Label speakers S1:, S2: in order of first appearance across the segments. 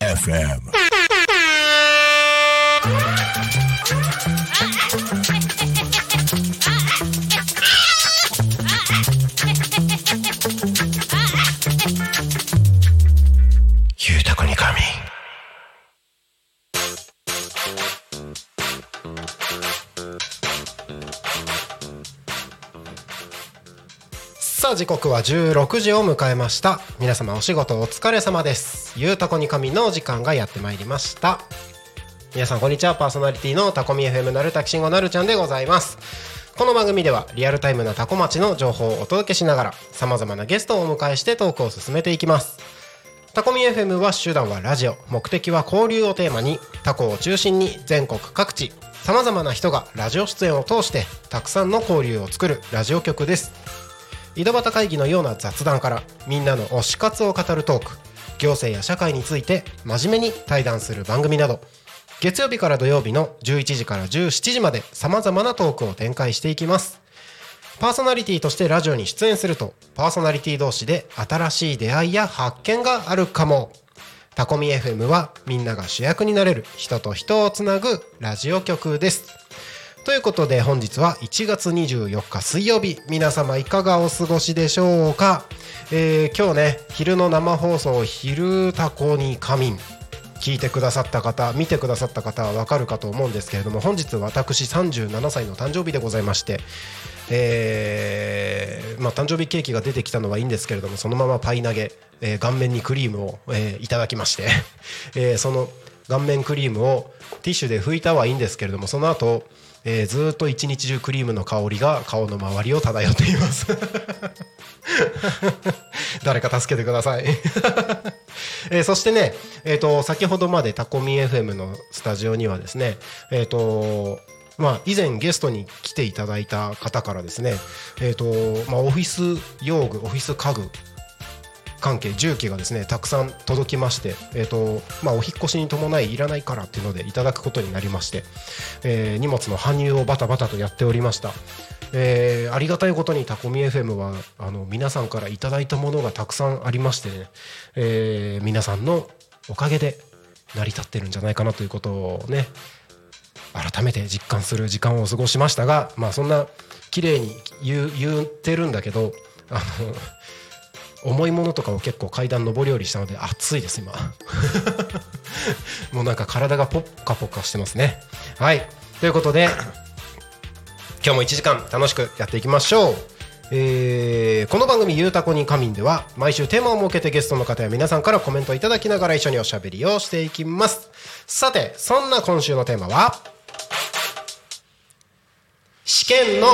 S1: FM. You Takunikami.
S2: さあ時刻は16時を迎えました皆様お仕事お疲れ様ですゆうたこに神のお時間がやってまいりました皆さんこんにちはパーソナリティのタコミ FM なるたきしんごなるちゃんでございますこの番組ではリアルタイムなタコ町の情報をお届けしながらさまざまなゲストをお迎えしてトークを進めていきますタコミ FM は手段はラジオ目的は交流をテーマにタコを中心に全国各地さまざまな人がラジオ出演を通してたくさんの交流を作るラジオ局です井戸端会議のような雑談からみんなの推し活を語るトーク行政や社会について真面目に対談する番組など月曜日から土曜日の11時から17時までさまざまなトークを展開していきますパーソナリティとしてラジオに出演するとパーソナリティ同士で新しい出会いや発見があるかもタコミ FM はみんなが主役になれる人と人をつなぐラジオ局ですということで本日は1月24日水曜日皆様いかがお過ごしでしょうか、えー今日ね昼の生放送「昼タコに仮眠」聞いてくださった方見てくださった方はわかるかと思うんですけれども本日私37歳の誕生日でございましてえーまあ、誕生日ケーキが出てきたのはいいんですけれどもそのままパイ投げ、えー顔面にクリームを、えーいただきまして、えーその顔面クリームをティッシュで拭いたはいいんですけれどもその後、えーずーっと一日中クリームの香りが顔の周りを漂っています 誰か助けてください えーそしてね、えー、と先ほどまでタコミ FM のスタジオにはですね、えーとまあ、以前ゲストに来ていただいた方からですね、えーとまあ、オフィス用具オフィス家具関係重機がですねたくさん届きまして、えーとまあ、お引っ越しに伴いいらないからっていうのでいただくことになりまして、えー荷物の搬入をバタバタとやっておりました、えーありがたいことにタコミ FM はあの皆さんからいただいたものがたくさんありましてね、えー皆さんのおかげで成り立ってるんじゃないかなということをね改めて実感する時間を過ごしましたが、まあ、そんな綺麗に言う言ってるんだけどあの重いものとかを結構階段上り下りしたので暑いです今 もうなんか体がポッカポカしてますねはいということで今日も1時間楽しくやっていきましょうえーこの番組「ゆうたこに仮眠」では毎週テーマを設けてゲストの方や皆さんからコメントをいただきながら一緒におしゃべりをしていきますさてそんな今週のテーマは試験の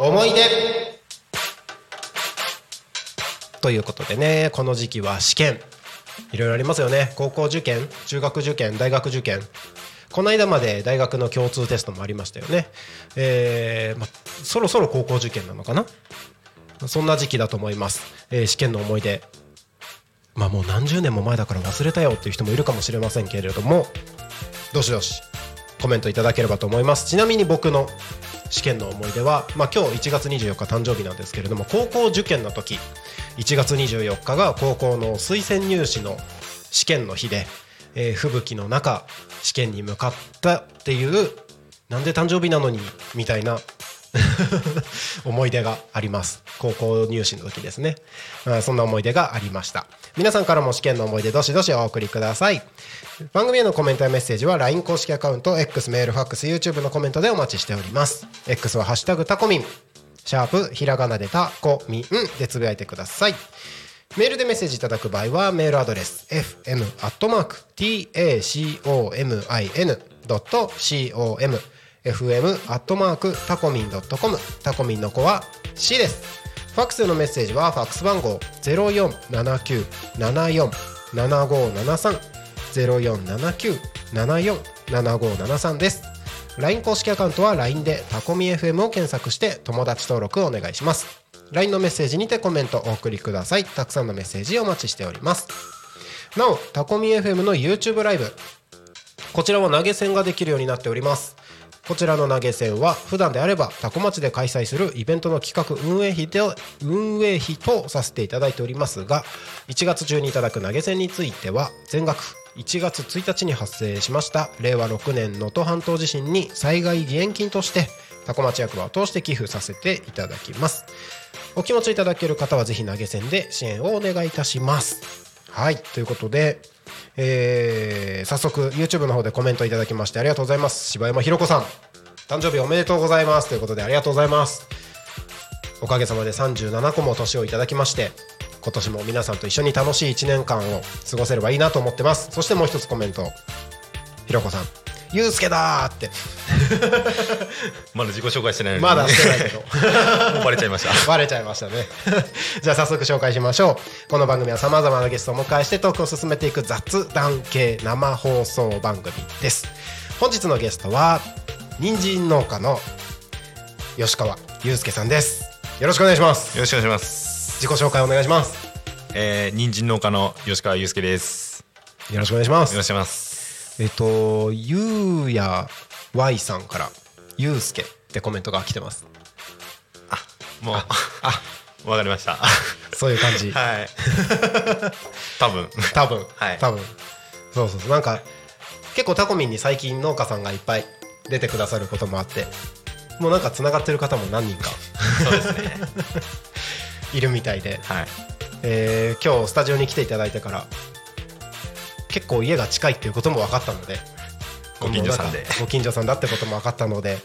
S2: 思い出ということでねこの時期は試験いろいろありますよね高校受験中学受験大学受験この間まで大学の共通テストもありましたよねえーま、そろそろ高校受験なのかなそんな時期だと思います、えー試験の思い出まあもう何十年も前だから忘れたよっていう人もいるかもしれませんけれどもどしどしコメントいただければと思いますちなみに僕の試験の思い出は、まあ、今日1月24日誕生日なんですけれども高校受験の時1月24日が高校の推薦入試の試験の日で、えー吹雪の中試験に向かったっていうなんで誕生日なのにみたいな思い出があります高校入試の時ですね、あーそんな思い出がありました皆さんからも試験の思い出どしどしお送りください番組へのコメントやメッセージは LINE 公式アカウント X メールファックス YouTube のコメントでお待ちしております X は「ハッシュタグタコミン」シャープひらがなでタコミンでつぶやいてくださいメールでメッセージいただく場合はメールアドレス fm.tacomin.com fm.tacomin.com タコミンの子は C ですファックスへのメッセージはファックス番号0479747573 0479747573です LINE 公式アカウントは LINE でタコミ FM を検索して友達登録をお願いします LINE のメッセージにてコメントお送りくださいたくさんのメッセージお待ちしておりますなおタコミ FM の YouTube ライブこちらは投げ銭ができるようになっております。こちらの投げ銭は普段であればタコ町で開催するイベントの企画運営費と運営費とさせていただいておりますが1月中にいただく投げ銭については全額1月1日に発生しました令和6年能登半島地震に災害義援金として多古町役場を通して寄付させていただきますお気持ちいただける方はぜひ投げ銭で支援をお願いいたしますはいということで、えー早速 YouTube の方でコメントいただきましてありがとうございます柴山ひろ子さん誕生日おめでとうございますということでありがとうございますおかげさまで37個も年をいただきまして今年も皆さんと一緒に楽しい1年間を過ごせればいいなと思ってますそしてもう一つコメントひろこさん「ゆうすけだ!」って
S3: まだ自己紹介してないのに
S2: まだしてないけど
S3: もうバレちゃいました
S2: バレちゃいましたねじゃあ早速紹介しましょうこの番組はさまざまなゲストをお迎えしてトークを進めていく雑談系生放送番組です本日のゲストは人参農家の吉川祐介さんですよろしくお願いします
S3: よろしくお願いします
S2: 自己紹介お願いします
S3: えー、人参農家の吉川祐介です
S2: よろしくお願いしま
S3: よろ
S2: す
S3: しくお願いします
S2: えっとゆうや Y さんから祐介ってコメントが来てます
S3: もうあわかりました
S2: そういう感じ
S3: はい 多分
S2: 多分、
S3: はい
S2: 多分そうそうそうなんか結構タコミンに最近農家さんがいっぱい出てくださることもあってもうなんかつながってる方も何人か
S3: そうですね
S2: いるみたいで、
S3: はい
S2: えー今日スタジオに来ていただいてから結構家が近いっていうことも分かったので
S3: ご近所さんで
S2: もうなかご近所さんだってことも分かったので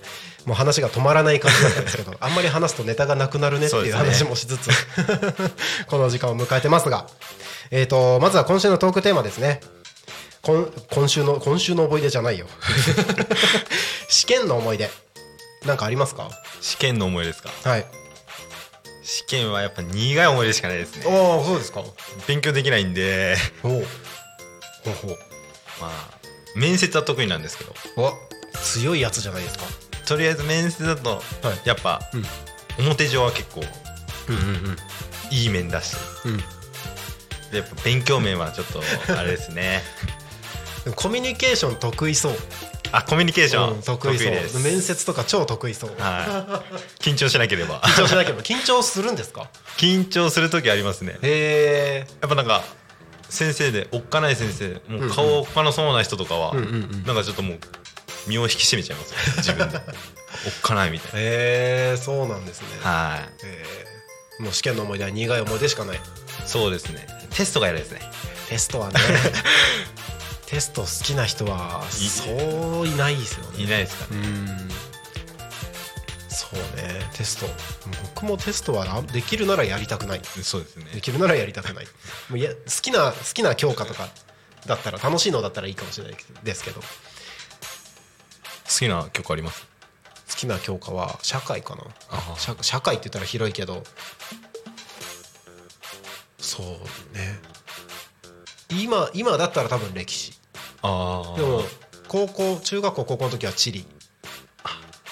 S2: もう話が止まらない感じだったんですけ どあんまり話すとネタがなくなるねって
S3: そ
S2: い
S3: うで
S2: う
S3: すね
S2: 話もしつ つ、この時間を迎えてますが、えー、とまずは今週のトークテーマですね今今週の今週の思い出じゃないよ 試験の思い出なんかありますか
S3: 試験の思い出ですか
S2: はい
S3: 試験はやっぱ苦い思い出しかないですね
S2: おおそうですか
S3: 勉強できないんで
S2: おおほうほう
S3: まあ面接は得意なんですけど
S2: お強いやつじゃないですか
S3: とりあえず面接だとやっぱ、
S2: うん
S3: 表情は結構
S2: うんうん
S3: いい面出して
S2: うんうん
S3: でやっぱ勉強面はちょっとあれですね
S2: でもコミュニケーション得意そう
S3: あコミュニケーション、
S2: うん得意そう
S3: です
S2: 面接とか超得意そう
S3: はい緊張しなければ
S2: 緊張しないけど緊張するんですか
S3: 緊張する時ありますね
S2: へえ
S3: やっぱなんか先生でおっかない先生もう顔おっかなそうな人とかは、
S2: うんうんうん
S3: なんかちょっともう身を引き締めちゃいますよ自分でおっかないみたいな
S2: へえそうなんですね
S3: はい
S2: へーもう試験の思い出は苦い思い出しかない
S3: そうですねテストが嫌ですね
S2: テスト はねテスト好きな人はいそういないですよね
S3: いないですか
S2: う
S3: ね、
S2: んそうねテスト僕もテストはなできるならやりたくない
S3: そうですね
S2: できるならやりたくないもういや好きな好きな教科とかだったら楽しいのだったらいいかもしれないですけど好
S3: 好きな曲あります
S2: きな教科は社会かな
S3: あ
S2: 社社会って言ったら広いけどそうね今今だったら多分歴史
S3: あ
S2: でも高校中学校高校の時は地理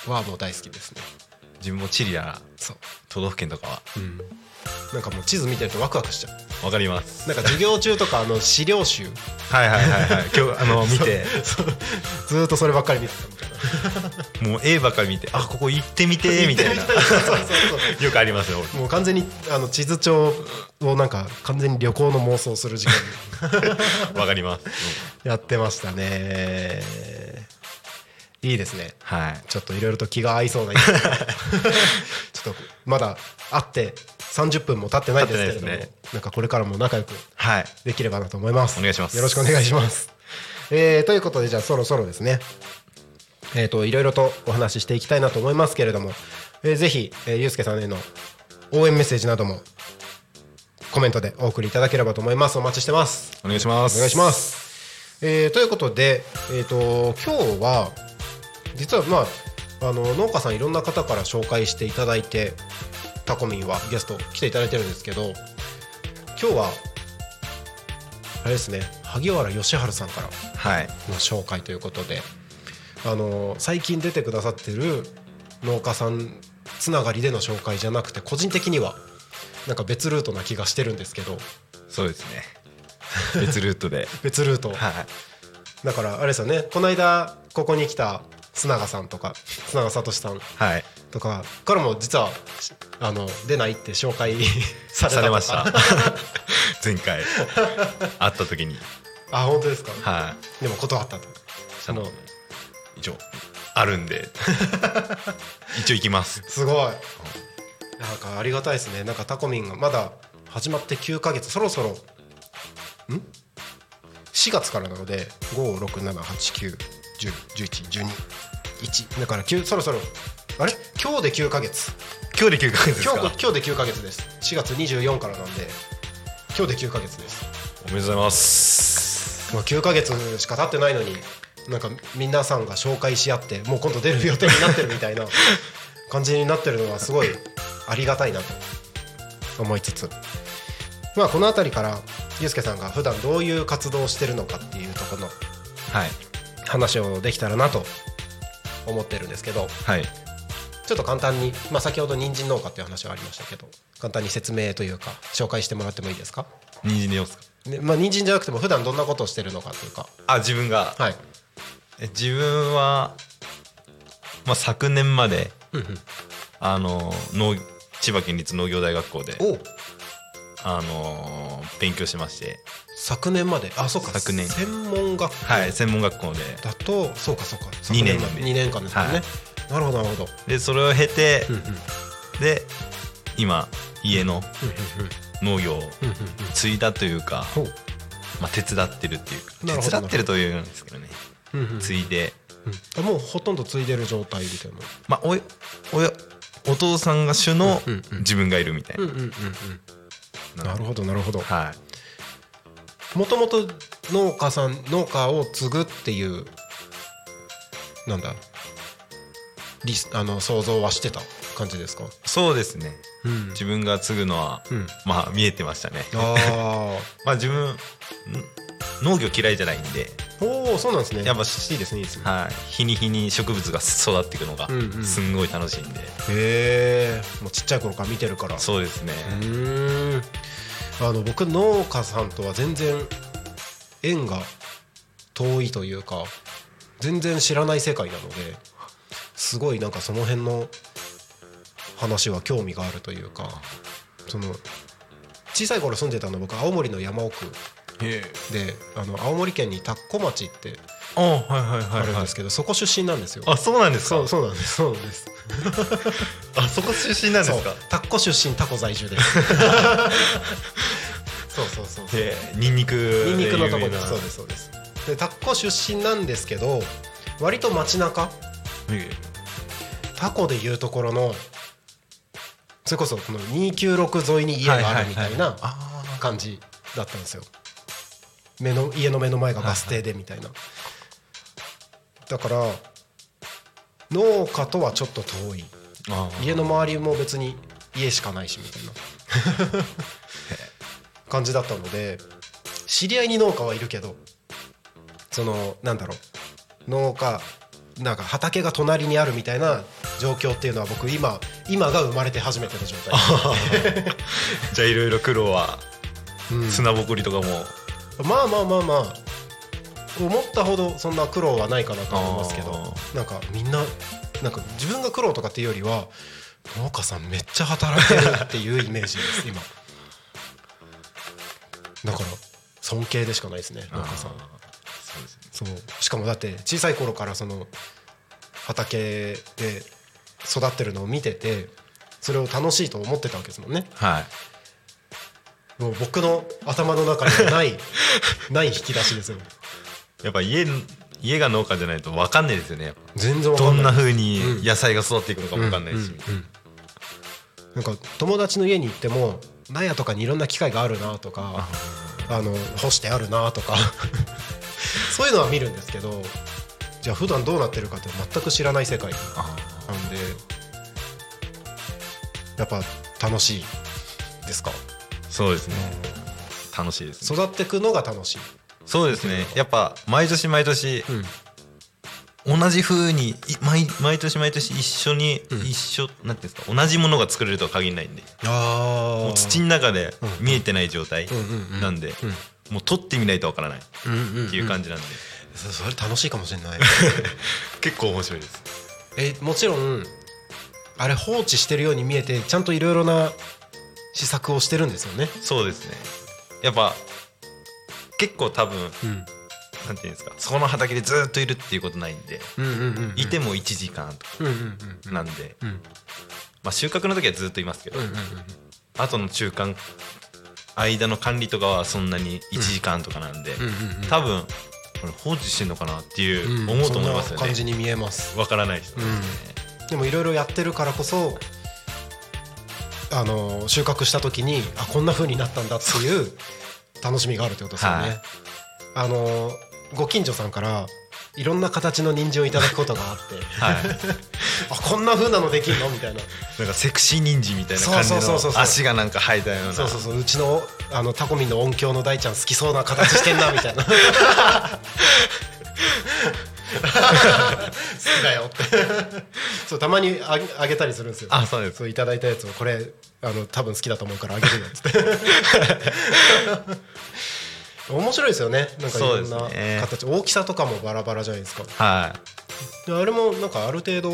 S2: はもう大好きですね
S3: 自分も地理やら
S2: そう、
S3: 都道府県とかは
S2: うん、なんかもう地図見てるとワクワクしちゃう
S3: わかります
S2: なんか授業中とかあの資料集
S3: はいはいはいはい今日あの見 て
S2: そうずーっとそればっかり見てたみたいな
S3: もう A ばっかり見てあここ行ってみてみたいな
S2: そうそうそうそ
S3: よくありますよ
S2: うもう完全にあの地図帳をなんか完全に旅行の妄想する時間
S3: 俺わかります、うん
S2: やってましたねいいですね
S3: はい
S2: ちょっといろいろと気が合いそうなち ょっとまだ会って30分も経ってないですけれども
S3: 経っ
S2: な,、
S3: てないで
S2: んかこれからも仲良く
S3: はい
S2: できればなと思います
S3: お願いします
S2: よろしくお願いします、えーということでじゃあそろそろですねえっ、といろいろとお話ししていきたいなと思いますけれども、えーぜひ、えー、ゆうすけさんへの応援メッセージなどもコメントでお送りいただければと思いますお待ちしてます
S3: お願いします
S2: お願いします。えーということで、えー、と今日は実は、まあ、あの農家さんいろんな方から紹介していただいてタコミンはゲスト来ていただいてるんですけど今日はあれですね萩原義治さんから
S3: はい
S2: の紹介ということであの最近出てくださってる農家さんつながりでの紹介じゃなくて個人的にはなんか別ルートな気がしてるんですけど
S3: そうですね別ルートで
S2: 別ルート。
S3: はい
S2: だからあれですよねこの間ここに来た須永さんとか須永聡さん
S3: はい
S2: とかからも実はあの出ないって紹介 されたとか
S3: されました前回会った時に
S2: あ本当ですか
S3: は
S2: でも断ったと
S3: いその一応あるんで一応行きます
S2: すごいなんかありがたいですねなんかタコミンがまだ始まって9ヶ月そろそろん ?4 月からなので56789101112だから9そろそろあれ今日で9ヶ月
S3: 今日で9ヶ月です
S2: 今日
S3: か
S2: 今日で9ヶ月です4月24からなんで今日で9ヶ月です
S3: おめでとうございます
S2: まあ、9ヶ月しか経ってないのになんか皆さんが紹介し合ってもう今度出る予定になってるみたいな感じになってるのはすごいありがたいなと思いつつ、まあ、この辺りからユうスケさんが普段どういう活動をしてるのかっていうところの
S3: はい
S2: 話をできたらなと思ってるんですけど
S3: はい
S2: ちょっと簡単に、まあ、先ほど人参農家っていう話はありましたけど簡単に説明というか紹介してもらってもいいですか、
S3: 人参でよすか
S2: ねまあ人参じゃなくても普段どんなことをしてるのかというか
S3: あ自分が、
S2: はい
S3: え自分は、まあ、昨年まであの農千葉県立農業大学校で
S2: お
S3: あの勉強しまして
S2: 昨年まであそうか
S3: 昨年
S2: 専門学校
S3: はい専門学校で
S2: だとそうかそうか
S3: 二年
S2: 昨まで二年間ですもんね、
S3: はい
S2: なるほどなるほど
S3: でそれを経て、
S2: うんうんうん
S3: で今家の農業
S2: う
S3: を
S2: んうんうん
S3: 継いだというか、
S2: ほう
S3: まあ、手伝ってるっていうか
S2: なるほ
S3: 手
S2: ど
S3: 伝ってるというんですけどね
S2: うんうん
S3: 継いで、
S2: うんもうほとんどついでる状態みたいな
S3: まあ、おいおいお父さんが主の
S2: うんうんうん
S3: 自分がいるみたいな、
S2: うんうんうんうんなるほどなるほど
S3: はい
S2: もともと農家さん農家を継ぐっていうなんだリスあの想像はしてた感じですか
S3: そうですね
S2: うん
S3: 自分が継ぐのは、
S2: うん
S3: まあ見えてましたね
S2: あ
S3: まあ自分ん農業嫌いじゃないんで、
S2: あ おおそうなんですね
S3: やっぱ
S2: いいですねいいですね
S3: はい、日に日に植物が育っていくのが
S2: うんうん
S3: すんごい楽しいんで、
S2: へえもうちっちゃい頃から見てるから
S3: そうですね、
S2: うーんあの僕農家さんとは全然縁が遠いというか全然知らない世界なのですごいなんかその辺の話は興味があるというかその小さい頃住んでたの僕青森の山奥
S3: へえ
S2: であの青森県に田子町って
S3: あはいは
S2: あ
S3: いはい
S2: るん
S3: は
S2: で
S3: い
S2: すけどそこ出身なんですよ。
S3: あそうなんですか
S2: そうそうなんですそうなんです。
S3: あそこ出身なんで
S2: そう
S3: すか
S2: タッコ出身タコ在住です そうそうそうそう
S3: へえニンニク
S2: ニンニクのとこ
S3: 有名
S2: で
S3: な
S2: すそうですそうですでタッコ出身なんですけど割と街中
S3: へ
S2: タコでいうところのそれこそこの296沿いに家があるみたいな
S3: あー
S2: 感じだったんですよ目の家の目の前がバス停でみたいなだから農家とはちょっと遠い
S3: あー
S2: 家の周りも別に家しかないしみたいな 感じだったので知り合いに農家はいるけどそのなんだろう農家なんか畑が隣にあるみたいな状況っていうのは僕今今が生まれて初めての状態、
S3: じゃあいろいろ苦労は
S2: うん
S3: 砂ぼこりとかも
S2: まあまあまあまあ思ったほどそんな苦労はないかなと思いますけど
S3: あ
S2: なんかみんななんか自分が苦労とかっていうよりは農家さんめっちゃ働いてるっていうイメージです今だから尊敬でしかないですね農家さん
S3: そうですね
S2: そうしかもだって小さい頃からその畑で育ってるのを見ててそれを楽しいと思ってたわけですもんね
S3: はい
S2: もう僕の頭の中にはないない引き出しですよ
S3: やっぱ家家が農家じゃないと分かんないですよねやっぱ
S2: 全然わか
S3: ど
S2: ん
S3: ん
S2: ない
S3: な風に野菜が育っていくのか分かんないし、
S2: うんうんなんか友達の家に行っても納屋とかにいろんな機械があるなとかあの干してあるなとか そういうのは見るんですけどじゃあ普段どうなってるかって全く知らない世界なん
S3: あ
S2: でやっぱ楽しいですか
S3: ーそうですね楽しいです、ね、
S2: 育ってくのが楽しい、
S3: そうですねやっぱ毎年毎年同じ風にい毎毎年毎年一緒に、
S2: ん
S3: 一緒なんていうんですか同じものが作れるとは限らないんで
S2: あ
S3: もう土の中で見えてない状態
S2: うんうんうん
S3: なんで、
S2: うん
S3: もう取ってみないと分からないっ
S2: うんうん
S3: ていう感じなんで、
S2: そそれ楽しいかもしれない
S3: 結構面白いです
S2: えもちろんあれ放置してるように見えてちゃんといろいろな施策をしてるんですよね
S3: そうですねやっぱ結構多分
S2: うん
S3: なんていうんですかそこの畑でずっといるっていうことないんで
S2: うんうんうん
S3: いても1時間と
S2: うんうんうん
S3: かなんで、
S2: うん
S3: まあ、収穫の時はずっといますけど、
S2: うんうんうん
S3: 後の中間間の管理とかはそんなに1時間とかなんで、
S2: うんうんうん
S3: 多分これ放置してんのかなっていう、
S2: うん
S3: 思うと思いますよ
S2: そんな感じ
S3: ね
S2: に見えます
S3: わからないです、ね
S2: でもいろいろやってるからこそあの収穫した時にあこんな風になったんだっていう楽しみがあるってことですよね、
S3: はい
S2: あのご近所さんからいろんな形の人参をいただくことがあって
S3: はい
S2: あこんな風なのできるのみたいな
S3: なんかセクシー人参みたいな感じ
S2: そうそうそうそ
S3: の
S2: う
S3: 足がなんか生えたような
S2: そうそうそううちのあのタコミンの音響の大ちゃん好きそうな形してんなみたいな好きだよってそうたまにあげあげたりするんですよ
S3: あそうです
S2: そういただいたやつをこれあの多分好きだと思うからあげるよっつって面白いですよねなんかいろんな
S3: そうですね
S2: 形、大きさとかもバラバラじゃないですか
S3: はい
S2: であれもなんかある程度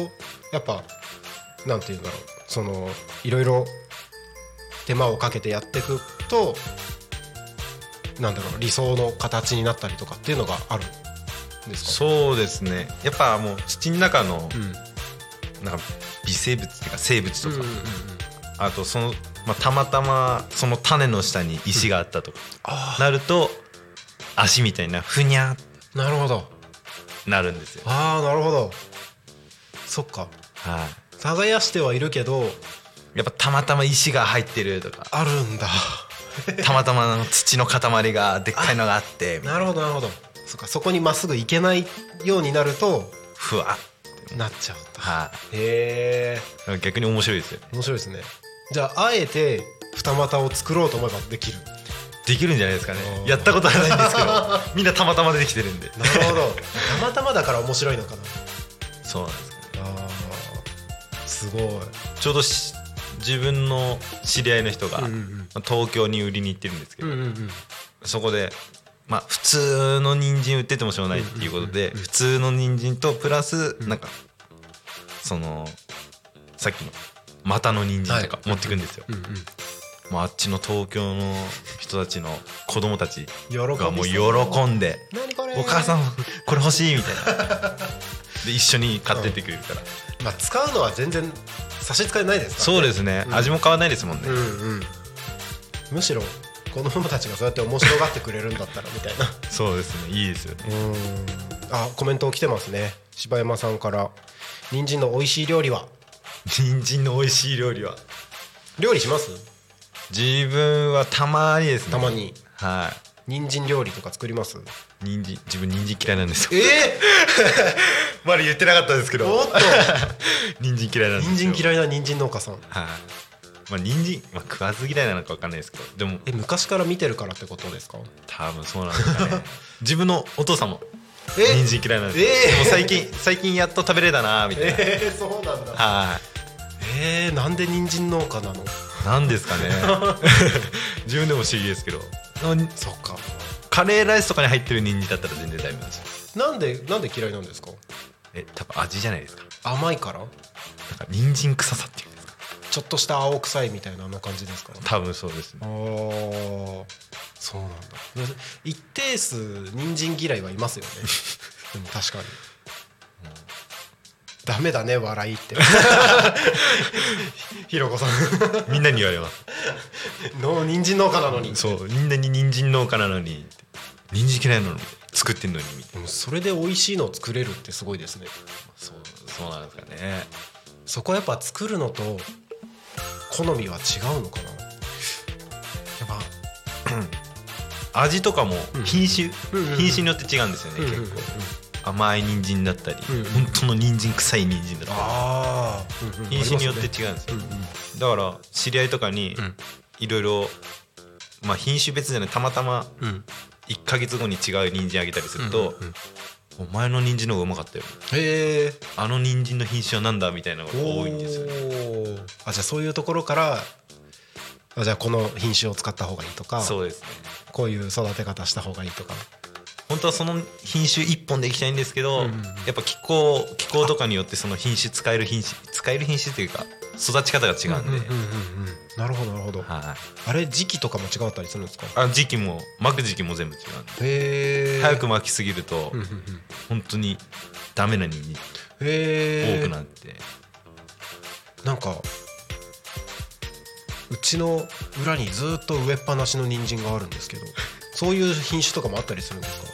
S2: やっぱなんて言うんだろうそのいろいろ手間をかけてやっていくとなんだろう理想の形になったりとかっていうのがあるんですか
S3: そうですねやっぱもう土の中の
S2: うんうん
S3: なんか微生物っていうか生物とか、
S2: うんうん
S3: あとその、まあ、たまたまその種の下に石があったとか、
S2: あ
S3: なると足みたいなふにゃって
S2: あなるほど
S3: なるんですよ、
S2: ああなるほどそっか
S3: は
S2: 耕してはいるけど
S3: い、やっぱたまたま石が入ってるとか
S2: あるんだ
S3: たまたまの土の塊がでっかいのがあってみたいな
S2: なるほどなるほどそっかそこにまっすぐ行けないようになると
S3: ふわっ
S2: なっちゃうんだ
S3: は
S2: へえ
S3: い逆に面白いですよね
S2: 面白いですねじゃああえて二股を作ろうと思えばできる
S3: できるんじゃないですかね
S2: おー
S3: やったことはないんですけどみんなたまたま出てきてるんで
S2: なるほどたまたまだから面白いのかな
S3: そうなんです
S2: あーすごい、
S3: ちょうどし自分の知り合いの人が、
S2: ん
S3: まあ東京に売りに行ってるんですけ
S2: う
S3: ど、
S2: んうんうん
S3: そこで、まあ、普通の人参売っててもしょうがないっていうことで、普通の人参とプラスなんか、そのさっきの股の人参とか
S2: はい
S3: 持ってくんですよ、
S2: うん
S3: もうあっちの東京の人たちの子供たち
S2: うん
S3: がもう喜んで
S2: 何こ
S3: 「
S2: れ
S3: お母さんこれ欲しい」みたいな で一緒に買ってってくれるから、
S2: まあ使うのは全然差し支えないですから
S3: そうですね、
S2: うん
S3: 味も変わらないですもんね、
S2: うんうんむしろこのママたちがそうやって面白がってくれるんだったらみたいな
S3: そうですねいいですよね
S2: うんあコメント来てますね柴山さんから「人参の美味しい料理は
S3: 人参の美味しい料理は
S2: 料理します
S3: 自分はたまにですね
S2: たまに
S3: はい
S2: 人参料理とか作ります
S3: 人参自分人参嫌いなんですよ
S2: え
S3: まだ言ってなかったんですけ
S2: ー、おっと
S3: 人参嫌いなんですよ
S2: 人参嫌いな人参農家さん
S3: はい、まあ人参、まあ、食わず嫌いなのか分かんないですけどでも
S2: え昔から見てるからってことですか
S3: 多分そうなんですかね 自分のお父さんも
S2: え
S3: 人参嫌いなんですよ、
S2: えー
S3: でも最近最近やっと食べれたなみたい な、
S2: えー、そうなんだ
S3: はい、
S2: えー、なんで人参農家なの
S3: なんで すかね自分でも不思議ですけど
S2: そっか
S3: カレーライスとかに入ってる人参だったら全然大丈夫なんですよ
S2: なんでなんで嫌いなんですか
S3: え多分味じゃないですか
S2: 甘いから
S3: なんか人参臭さっていうんですか
S2: ちょっとした青臭いみたいなあの感じですか
S3: 多分そうですね
S2: あーそうなんだ一定数人参嫌いはいます よねでも確かに、ダメだね笑いって ひろこさん
S3: みんなに言われます
S2: の人参農家なのに
S3: そうみんなに人参農家なのに人参嫌いなのに作ってんのにみたい
S2: でもそれで美味しいのを作れるってすごいですね
S3: なそうそうなんですかね
S2: そこはやっぱ作るのと好みは違うのかなやっぱ
S3: 味とかも
S2: うん
S3: 品種、
S2: うんうんうん
S3: 品種によって違うんですよね、
S2: 結
S3: 結
S2: 構
S3: 構甘い人参だったり、
S2: うんうん
S3: 本当の人参臭い人参だった
S2: ああ
S3: り品種によって違うんですよ、だから知り合いとかに
S2: うん
S3: いろいろまあ品種別じゃないたまたま
S2: うん
S3: 1か月後に違う人参あげたりする
S2: と
S3: と、お前の人参の方がうまかったよ
S2: へえ
S3: あの人参の品種はなんだみたいなのが多いんですよね
S2: おーあじゃあそういうところからあじゃあこの品種を使った方がいいとか
S3: そうですね
S2: こういう育て方した方がいいとか
S3: 本当はその品種一本でいきたいんですけど、
S2: うんうんうん
S3: やっぱ気候気候とかによってその品種使える品種使える品種というか育ち方が違うんで、
S2: うんうんうんうんなるほどなるほど
S3: はい
S2: あれ時期とかも違かったりするんですか
S3: あ時期も巻く時期も全部違う
S2: へえ
S3: 早く巻きすぎると
S2: うんうんうん
S3: 本当にダメな人参
S2: へえ
S3: 多くなって、
S2: なんかうちの裏にずっと植えっぱなしの人参があるんですけ どそういう品種とかもあったりするんですか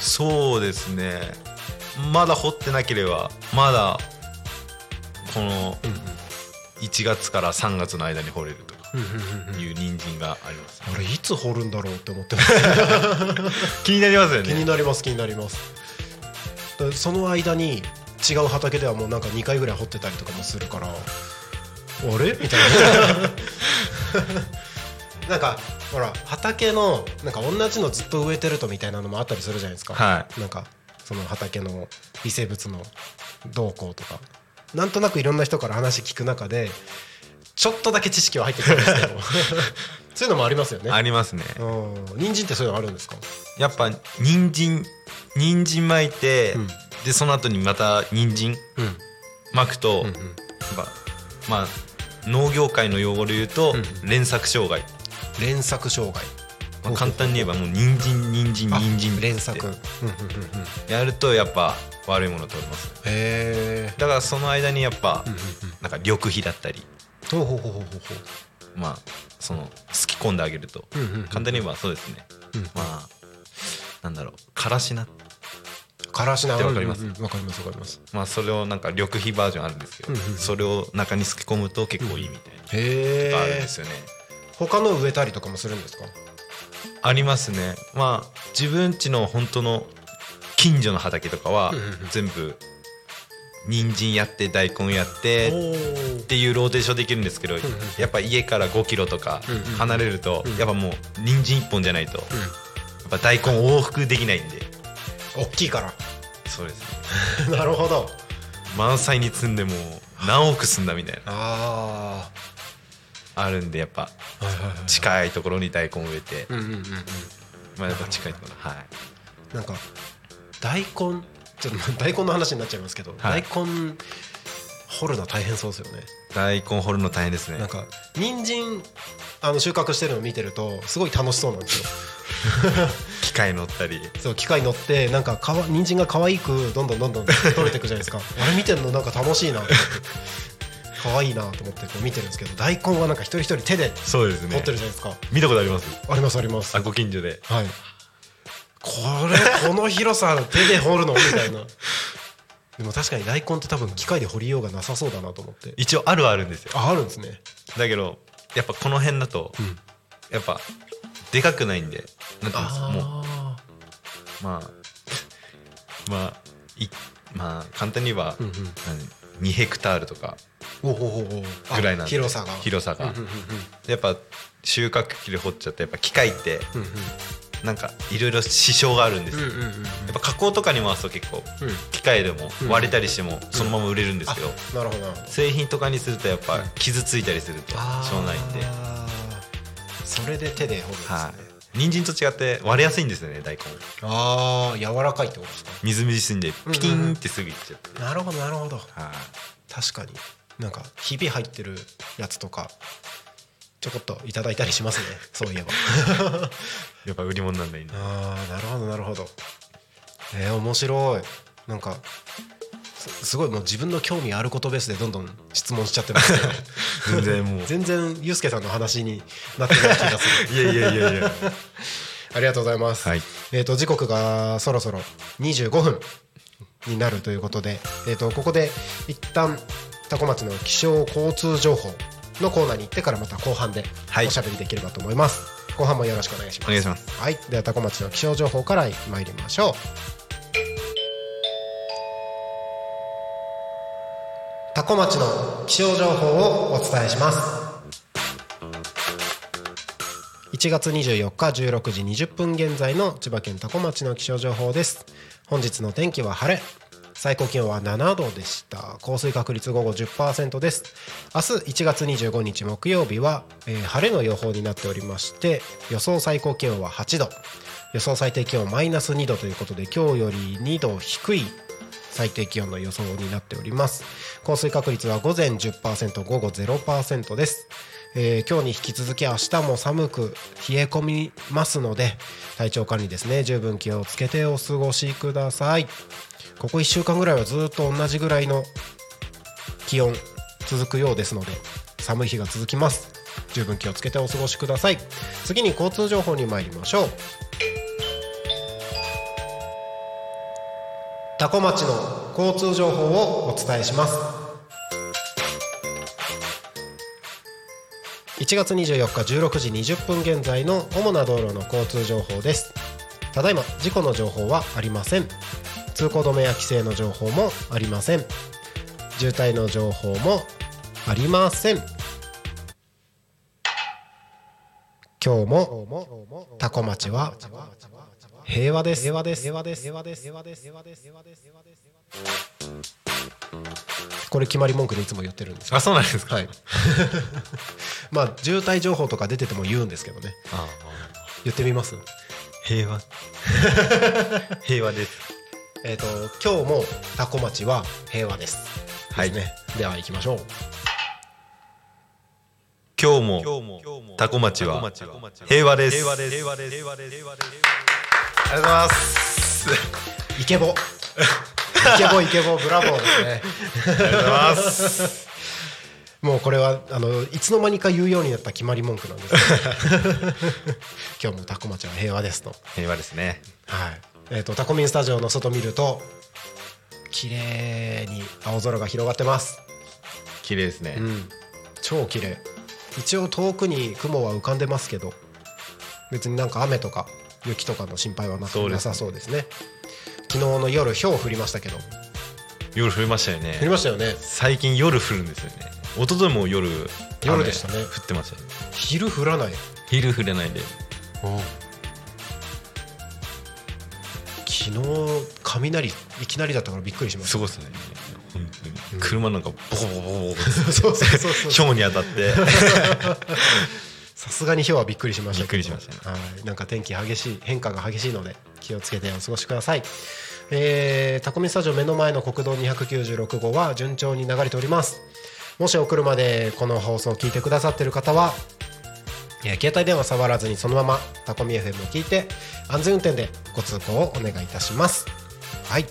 S3: そうですねまだ掘ってなければまだこの1月から3月の間に掘れるという人参があります、
S2: あれいつ掘るんだろうって思ってます
S3: 気になります よ
S2: 気に
S3: ね
S2: なります気になりますだからその間に違う畑ではもうなんか2回ぐらい掘ってたりとかもするからあれみたい ななんかほら畑のなんか同じのずっと植えてるとみたいなのもあったりするじゃないですか、
S3: は
S2: なんかその畑の微生物の動向とかなんとなくいろんな人から話聞く中でちょっとだけ知識は入ってくるんですけど そういうのもありますよね
S3: いありますね
S2: うん人参ってそういうのあるんですか
S3: やっぱ人参人参巻いて、
S2: うん
S3: でその後にまた人参
S2: うんうん
S3: 巻くと、
S2: うん
S3: やっぱまあ農業界の用語で言うと、
S2: うんう
S3: 連作障害、
S2: 連作障害
S3: まあ、簡単に言えばもう人参人参
S2: あ
S3: 人参って
S2: 連作うんうんうんうん
S3: やるとやっぱ悪いもの取れます
S2: へえ
S3: だからその間にやっぱ、
S2: うんうん
S3: なんか緑肥だったり
S2: ほうほうほうほうほうほ
S3: まあそのすき込んであげると、
S2: ううんうん
S3: 簡単に言えばそうですね、
S2: うん
S3: まあなんだろうからしな
S2: からしな
S3: ってわかりま
S2: う
S3: す
S2: んうんうんわかりますわかります
S3: まあそれをなんか緑肥バージョンあるんですけど、
S2: うんうん
S3: それを中にすき込むと結構いいみたいな、
S2: へ
S3: あるん
S2: え
S3: ですよね
S2: 他の植えたりとかもするんですか
S3: ありますねまあ自分家の本当の近所の畑とかは
S2: うんうんうん
S3: 全部人参やって大根やって
S2: お
S3: っ
S2: ー
S3: ていうローテーションできるんですけど、
S2: ん
S3: やっぱ家から5キロとか
S2: うんうん
S3: 離れると、
S2: ん
S3: やっぱもう人参一本じゃないと、やっぱ大根往復できないんで
S2: 大きいから
S3: そうですね
S2: なるほど
S3: 満載に積んでもう何億積んだみたいな
S2: あ
S3: あるんでやっぱ
S2: あはいはいはい
S3: 近いところに大根植えて、
S2: うんうんうんうん
S3: まあやっぱ近いところはい
S2: なんか大根ちょっと 大根の話になっちゃいますけど、
S3: はい
S2: 大根掘るの大変そうですよね
S3: 大根掘るの大変ですね
S2: なんか人参あの収穫してるのを見てるとすごい楽しそうなんですよ
S3: 機械乗ったり
S2: そう機械に乗ってなんかかわ人参が可愛くどんどんどんどん取れていくじゃないで すかあれ見てるのなんか楽しいなと思って可愛いなと思ってこう見てるんですけど大根はなんか一人一人手で
S3: そうです
S2: 持っ
S3: ね
S2: てるじゃないですか、
S3: 見たことあります
S2: ありますあります
S3: あご近所で
S2: はい、これこの広さ手で掘るのみたいなでも確かに大根って多分機械で掘りようがなさそうだなと思って
S3: 一応あるはあるんですよ
S2: ああるんですね
S3: だけどやっぱこの辺だと、
S2: ん
S3: やっぱでかくないんでなんていうんですかもう
S2: あ
S3: まあまあいまあ簡単に言えば、
S2: うんうん
S3: 2ヘクタールとか
S2: あおうおうおうおうあ
S3: ぐらいなんで
S2: 広さが
S3: 広さ
S2: うんう
S3: が
S2: んうん
S3: やっぱ収穫機で掘っちゃってやっぱ機械って
S2: うん
S3: なんかいろいろ支障があるんです
S2: うん
S3: よ、
S2: うんうんうんうん
S3: やっぱ加工とかに回すと結構
S2: うん
S3: 機械でも割れたりしてもそのまま売れるんです
S2: あ
S3: けど、
S2: なるほどなるほど
S3: 製品とかにするとやっぱ傷ついたりするとしょうがないんで
S2: あーそれで手で掘るんですね、
S3: はい人参と違って割れやすいんですよね大根
S2: ああ柔らかいってことですか
S3: みずみずしいんでピキーンってすぐいっちゃって、
S2: なるほどなるほど
S3: はい
S2: 確かになんかひび入ってるやつとかちょこっといただいたりしますね そういえば
S3: やっぱ売り物なんないんで
S2: ああなるほどなるほどえー、面白いなんかすすごいもう自分の興味あることベースでどんどん質問しちゃってますけど
S3: 全然も う
S2: 全然ユうスケさんの話になってない気が する
S3: いやいやいやいや
S2: ありがとうございます、
S3: はい
S2: えー、と時刻がそろそろ25分になるということで、えー、とここで一旦多古町の気象交通情報のコーナーに行ってからまた後半で
S3: はい
S2: おしゃべりできればと思います、後半もよろしくお願いしま
S3: お
S2: す
S3: 願いします
S2: はいでは多古町の気象情報から参りましょう多古町の気象情報をお伝えします1月24日16時20分現在の千葉県多古町の気象情報です本日の天気は晴れ最高気温は7度でした降水確率午後10%です明日1月25日木曜日は、えー晴れの予報になっておりまして予想最高気温は8度予想最低気温マイナス2度ということで今日より2度低い最低気温の予想になっております降水確率は午前10%午後0%ですえー今日に引き続き明日も寒く冷え込みますので体調管理ですね十分気をつけてお過ごしくださいここ1週間ぐらいはずっと同じぐらいの気温続くようですので寒い日が続きます十分気をつけてお過ごしください次に交通情報に参りましょう多古町の交通情報をお伝えします1月24日16時20分現在の主な道路の交通情報ですただいま事故の情報はありません通行止めや規制の情報もありません渋滞の情報もありません今日もタコ町は平和です平和です平和です平和です平和です平和です平和ですこれ決まり文句でいつも言ってるんです
S3: あそうなんですか、
S2: はい まあ渋滞情報とか出てても言うんですけどね
S3: あ
S2: 言ってみます
S3: 平 和平和です
S2: えっ、と今日もタコ町は平和です
S3: はい
S2: ですねでは行きましょう
S3: 今日もタコ町は平和ですありがとうございます
S2: イケボイケボイケボブラボーですね
S3: ありがとうございます
S2: もうこれはあのいつの間にか言うようになった決まり文句なんですけど 今日もタコ町は平和ですと
S3: 平和ですね
S2: はいえー、とタコミンスタジオの外見ると綺麗に青空が広がってます
S3: 綺麗ですね、
S2: うん、超綺麗一応遠くに雲は浮かんでますけど別になんか雨とか雪とかの心配はなく
S3: そうですね
S2: なさそうですね昨日の夜ひょう降りましたけど
S3: 夜降りましたよ
S2: 降り
S3: ね
S2: ましたよね
S3: 最近夜降るんですよね一昨日も夜
S2: 夜でしたね
S3: 雨降ってましたね
S2: 昼降らない
S3: 昼降れないで
S2: 昨日雷いきなりだったからびっくりしまし
S3: す
S2: た
S3: ごいですね本当に車なんかボコボコボコボコ
S2: そうそうそうそう
S3: ひょうに当たって
S2: さすがにひょうはびっくりしましたけど
S3: びっくりしました
S2: はいなんか天気激しい変化が激しいので気をつけてお過ごしくださいえータコミスタジオ目の前の国道296号は順調に流れておりますもしお車でこの放送を聞いてくださっている方は、えー携帯電話触らずにそのままタコミ FM を聞いて安全運転でご通行をお願いいたしますはい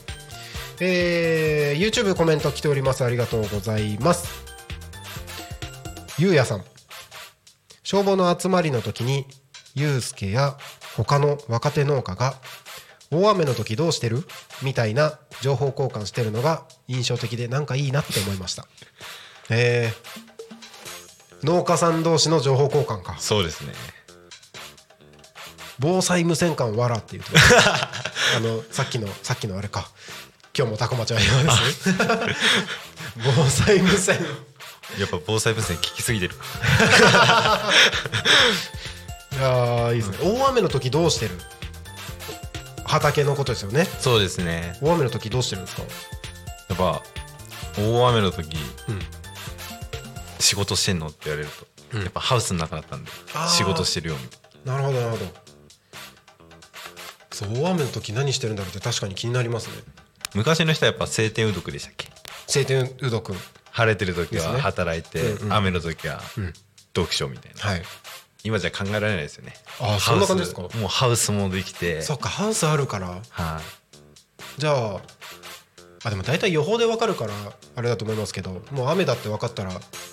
S2: えー YouTube コメント来ておりますありがとうございますゆうやさん消防の集まりの時に、ゆうすけや他の若手農家が、大雨の時どうしてるみたいな情報交換してるのが印象的でなんかいいなって思いました。えー、農家さん同士の情報交換か。
S3: そうですね
S2: 防災無線感わらっていうとこあのさっきのさっきのあれか今日もタコ町は平和ですね防災無線
S3: やっぱ防災無線聞きすぎてる
S2: いやーいいですね、大雨の時どうしてる畑のことですよね
S3: そうですね
S2: 大雨の時どうしてるんですか
S3: やっぱ大雨の時
S2: うん
S3: 仕事してんのって言われると、
S2: うん
S3: やっぱハウスの中だったんで
S2: あー
S3: 仕事してるよみた
S2: な
S3: い
S2: るほどなるほどそう大雨の時何してるんだろうって確かに気になりますね
S3: な昔の人はやっぱ晴天うどくでしたっけ
S2: 晴天うどくん
S3: 晴れてる時
S2: ですね
S3: は働いて、
S2: うんうん
S3: 雨の時は
S2: うん
S3: 読書みたいな、
S2: はい
S3: 今じゃ考えられないですよね
S2: あー
S3: ハウス
S2: そんな感じですか
S3: もうハウスもできて
S2: そっかハウスあるから
S3: はい
S2: じゃああでも大体予報で分かるからあれだと思いますけどもう雨だって分かったら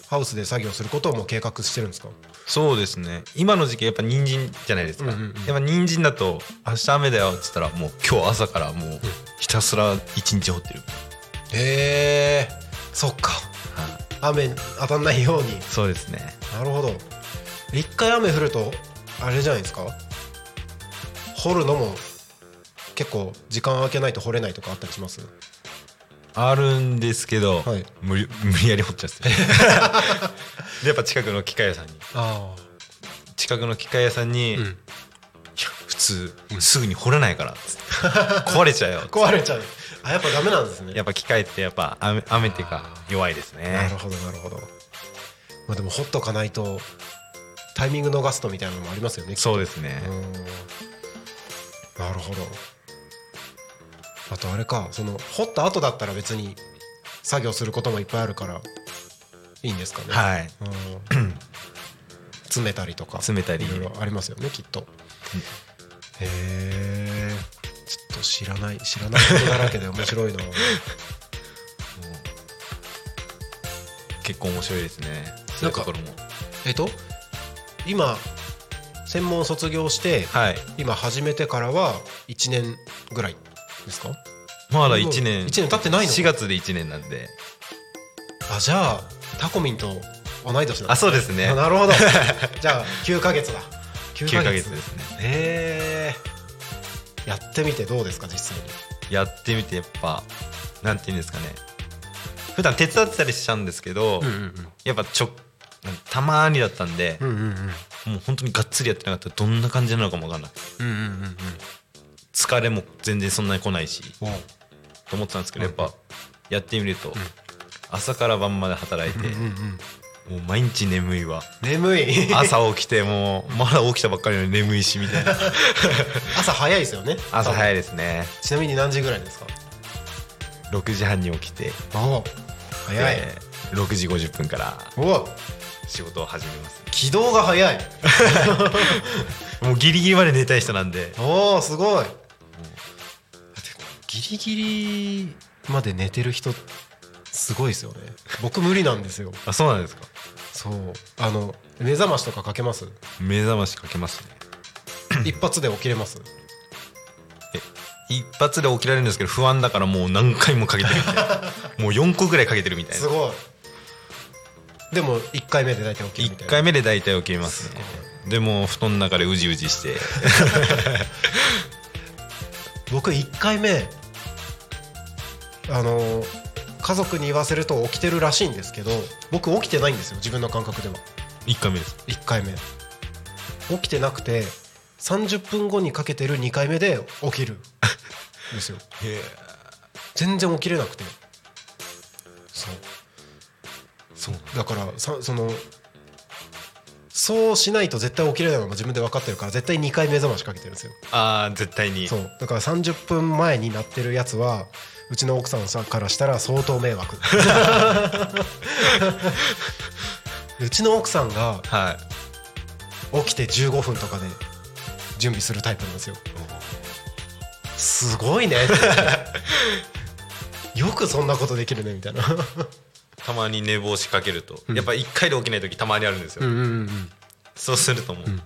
S2: ハウスで作業することをもう計画してるんですか
S3: そうですね今の時期やっぱ人参じゃないですか、
S2: うんうんうん
S3: やっぱ人参だと明日雨だよっつったらもう今日朝からもうひたすら一日掘ってる、
S2: へえそっか
S3: はい
S2: 雨当たんないように
S3: そうですね
S2: なるほど一回雨降るとあれじゃないですか掘るのも結構時間空けないと掘れないとかあったりします
S3: あるんですけど、
S2: はい
S3: 無理無理やり掘っ ちゃってでやっぱ近くの機械屋さんに
S2: あ
S3: 近くの機械屋さんに、
S2: うん
S3: いや普通、すぐに掘れないからっ つって壊れちゃうよっつって
S2: 壊れちゃうあやっぱダメなんですね
S3: やっぱ機械ってやっぱ雨雨っていうか弱いです
S2: な
S3: ね
S2: るほどなるほどまあでも掘っとかないとタイミング逃すとみたいなのもありますよね
S3: そうですね、
S2: うーんなるほどあとあれかその掘った後だったら別に作業することもいっぱいあるからいいんですかね
S3: はい
S2: うん 詰めたりとか
S3: 詰めたり
S2: いろいろありますよねきっと、へえちょっと知らない知らないことだらけで面白いな
S3: 結構面白いですねそ
S2: ないん
S3: うう
S2: か
S3: ところも
S2: えっと今専門卒業して、
S3: はい
S2: 今始めてからは1年ぐらいですか
S3: まだ1年
S2: 一年経ってないの
S3: 4月で1年なんで
S2: あじゃあタコミンと同い年なんですね
S3: あそうですね
S2: あな るほどじゃあ9ヶ月だ9
S3: 9ヶ月ですね
S2: へえやってみてどうですか実際に
S3: やってみてやっぱなんていうんですかね普段手伝ってたりしちゃうんですけど、やっぱちょたまーにだったんで、
S2: うんうんうん
S3: もう本当にがっつりやってなかったらどんな感じなのかもわかんない
S2: うんうんうんうん
S3: 疲れも全然そんなに来ないし
S2: おう
S3: と思ってたんですけどやっぱやってみると、朝から晩まで働いて、
S2: うんうん
S3: もう毎日眠い わ
S2: 眠い
S3: 朝起きてもうまだ起きたばっかりなのに眠いしみたいな
S2: 朝早いですよね
S3: 朝早い
S2: い
S3: ですね
S2: ちなみに何時ぐらいですか
S3: 6時半に起きて
S2: お早い、
S3: で6時50分から
S2: おう
S3: 仕事を始めます
S2: 軌道が早い
S3: もうギリギリまで寝たい人なんで
S2: おおすごいギリギリまで寝てる人すごいですよね僕無理なんですよ
S3: あそうなんですか
S2: そうあの目覚ましとかかけます
S3: 目覚ましかけますね
S2: 一発で起きれます
S3: 一発で起きられるんですけど不安だからもう何回もかけてるみたい なもう4個ぐらいかけてるみたい
S2: す
S3: な
S2: ごいでも1回目で大体起きるみたい
S3: 1
S2: な
S3: 回目で大体起きますねでもう布団の中でうじうじして
S2: 僕1回目あの家族に言わせると起きてるらしいんですけど僕起きてないんですよ自分の感覚では
S3: 1回目です
S2: 1回目起きてなくて30分後にかけてる2回目で起きるんです よ全然起きれなくてそうそうだからさそのそうしないと絶対起きれないのが自分で分かってるから絶対2回目覚ましかけてるんですよ
S3: ああ絶対に
S2: そうだから30分前になってるやつはうちの奥さんさからしたら相当迷惑 うちの奥さんが
S3: はい
S2: 起きて15分とかで準備するタイプなんですよすごいね よくそんなことできるねみたいな
S3: たまに寝坊しかけると、
S2: ん
S3: やっぱ1回で起きない時たまにあるんですよ、
S2: うんうんうん
S3: そうするともう,、もう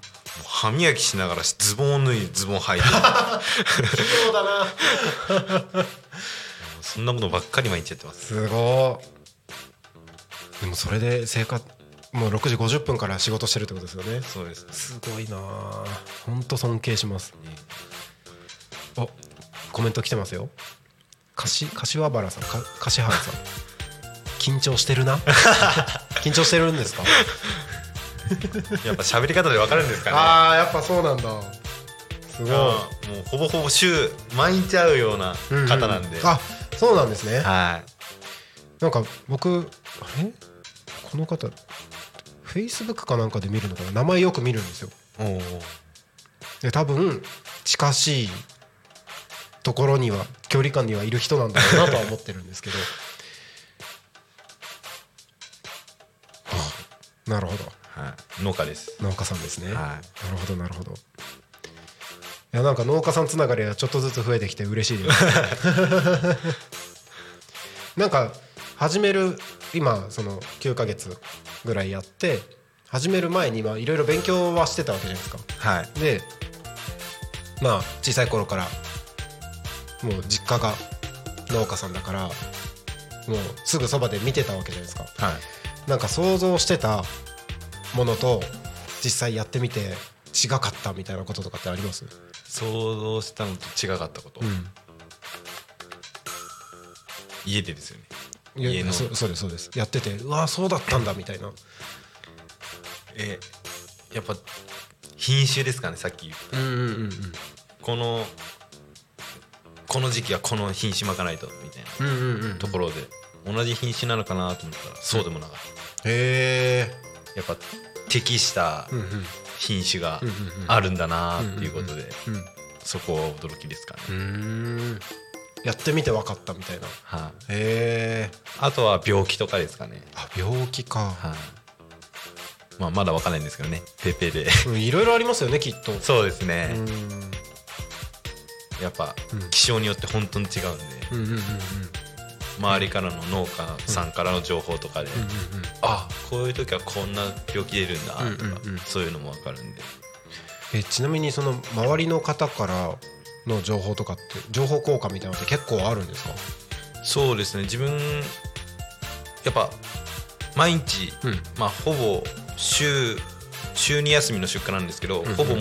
S3: 歯磨きしながらズボンを脱いズボン履 いて
S2: そうだな
S3: そんなことばっかり毎日やってます
S2: すごいでもそれで生活もう6時50分から仕事してるってことですよね
S3: そうです
S2: すごいなあほんと尊敬しますあコメント来てますよかし柏原さんか柏原さん緊張して るな緊張してるんですか
S3: やっぱ喋り方でわかるん ですかね
S2: ああやっぱそうなんだすごい
S3: うんもうほぼほぼ週毎日会うような方なんで、
S2: ううあそうなんですね
S3: はい
S2: なんか僕あれこの方フェイスブックかなんかで見るのかな名前よく見るんですよ
S3: おお
S2: で多分近しいところには距離感にはいる人なんだろうなとは思ってるんですけどはあなるほど
S3: はい農家です
S2: 農家さんですね、
S3: は
S2: なるほどなるほどいやなんか農家さんつながりがちょっとずつ増えてきて嬉しいですなんか始める今その9ヶ月ぐらいやって始める前に今いろいろ勉強はしてたわけじゃないですか
S3: はい
S2: でまあ小さい頃からもう実家が農家さんだからもうすぐそばで見てたわけじゃないですか
S3: はい
S2: なんか想像してたものと実際やってみて違かったみたいなこととかってあります、
S3: 想像したのと違かったこと、家でですよね
S2: いや
S3: 家の
S2: そそうですそうですやっててうわそうだったんだみたいな
S3: えやっぱ品種ですかねさっき言っ
S2: うんうんうんうん
S3: たこのこの時期はこの品種まかないとみたい
S2: うんうん
S3: なところで、同じ品種なのかなと思ったらそうでもなかった、
S2: へえ
S3: やっぱ適した
S2: うんうん
S3: 品種が
S2: うんうんうん
S3: あるんだなっていうことで、
S2: うん
S3: そこは驚きですかね、
S2: うんやってみて分かったみたいな
S3: はい
S2: へえ
S3: あとは病気とかですかね。
S2: あ病気か、
S3: はい、まあ、まだわかんないんですけどねペーペーで
S2: うんいろいろありますよねきっと
S3: そうですね、
S2: うん
S3: やっぱ
S2: うん
S3: 気象によって本当に違うんで、
S2: うんうんうんうんうん
S3: 周りからの農家さんからの情報とかで、あこういう時はこんな病気出るんだとか、
S2: うんうんうん
S3: そういうのもわかるんで
S2: えちなみにその周りの方からの情報とかって情報交換みたいなのって結構あるんですか
S3: そうですね自分やっぱ毎日、
S2: うん
S3: まあ、ほぼ週週2休みの出荷なんですけど、
S2: ん
S3: ほぼもう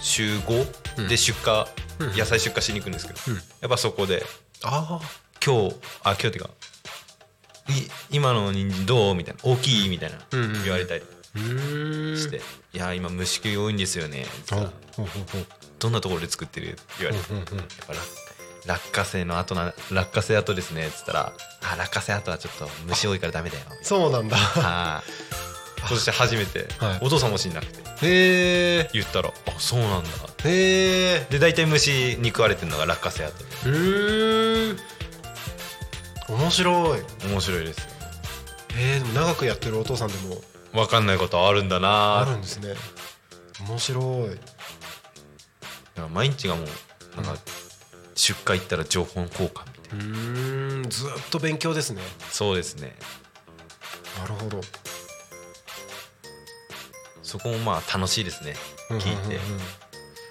S3: 週
S2: ん
S3: 5で出荷、
S2: うん
S3: 野菜出荷しに行くんですけど、
S2: うん
S3: やっぱそこで
S2: ああ
S3: 今日あ今日っていうかい今の人参どうみたいな大きいみたいな
S2: うんうん
S3: 言われたり
S2: うーん
S3: して「いや今虫食い多いんですよね」
S2: ほうほうほうほう
S3: どんなところで作ってる?」って言われて
S2: うんうんうん
S3: だから落花生の後な落花生後ですねっつったら「あ落花生後はちょっと虫多いからダメだよ」
S2: そうなんだ
S3: はいそして初めて
S2: はい
S3: お父さんも死んなくて
S2: へえ
S3: 言ったら「あそうなんだ
S2: へえ」
S3: で大体虫に食われてるのが落花生後
S2: うーん面白い
S3: 面白いです
S2: えー、でも長くやってるお父さんでも
S3: 分かんないことあるんだ
S2: あ
S3: な
S2: るんですね面白い
S3: だから毎日がもうなんか出荷行ったら情報交換みたいう
S2: ーんずっと勉強ですね
S3: なそうですね
S2: なるほど
S3: そこもまあ楽しいですね聞いて、
S2: うんうんうんま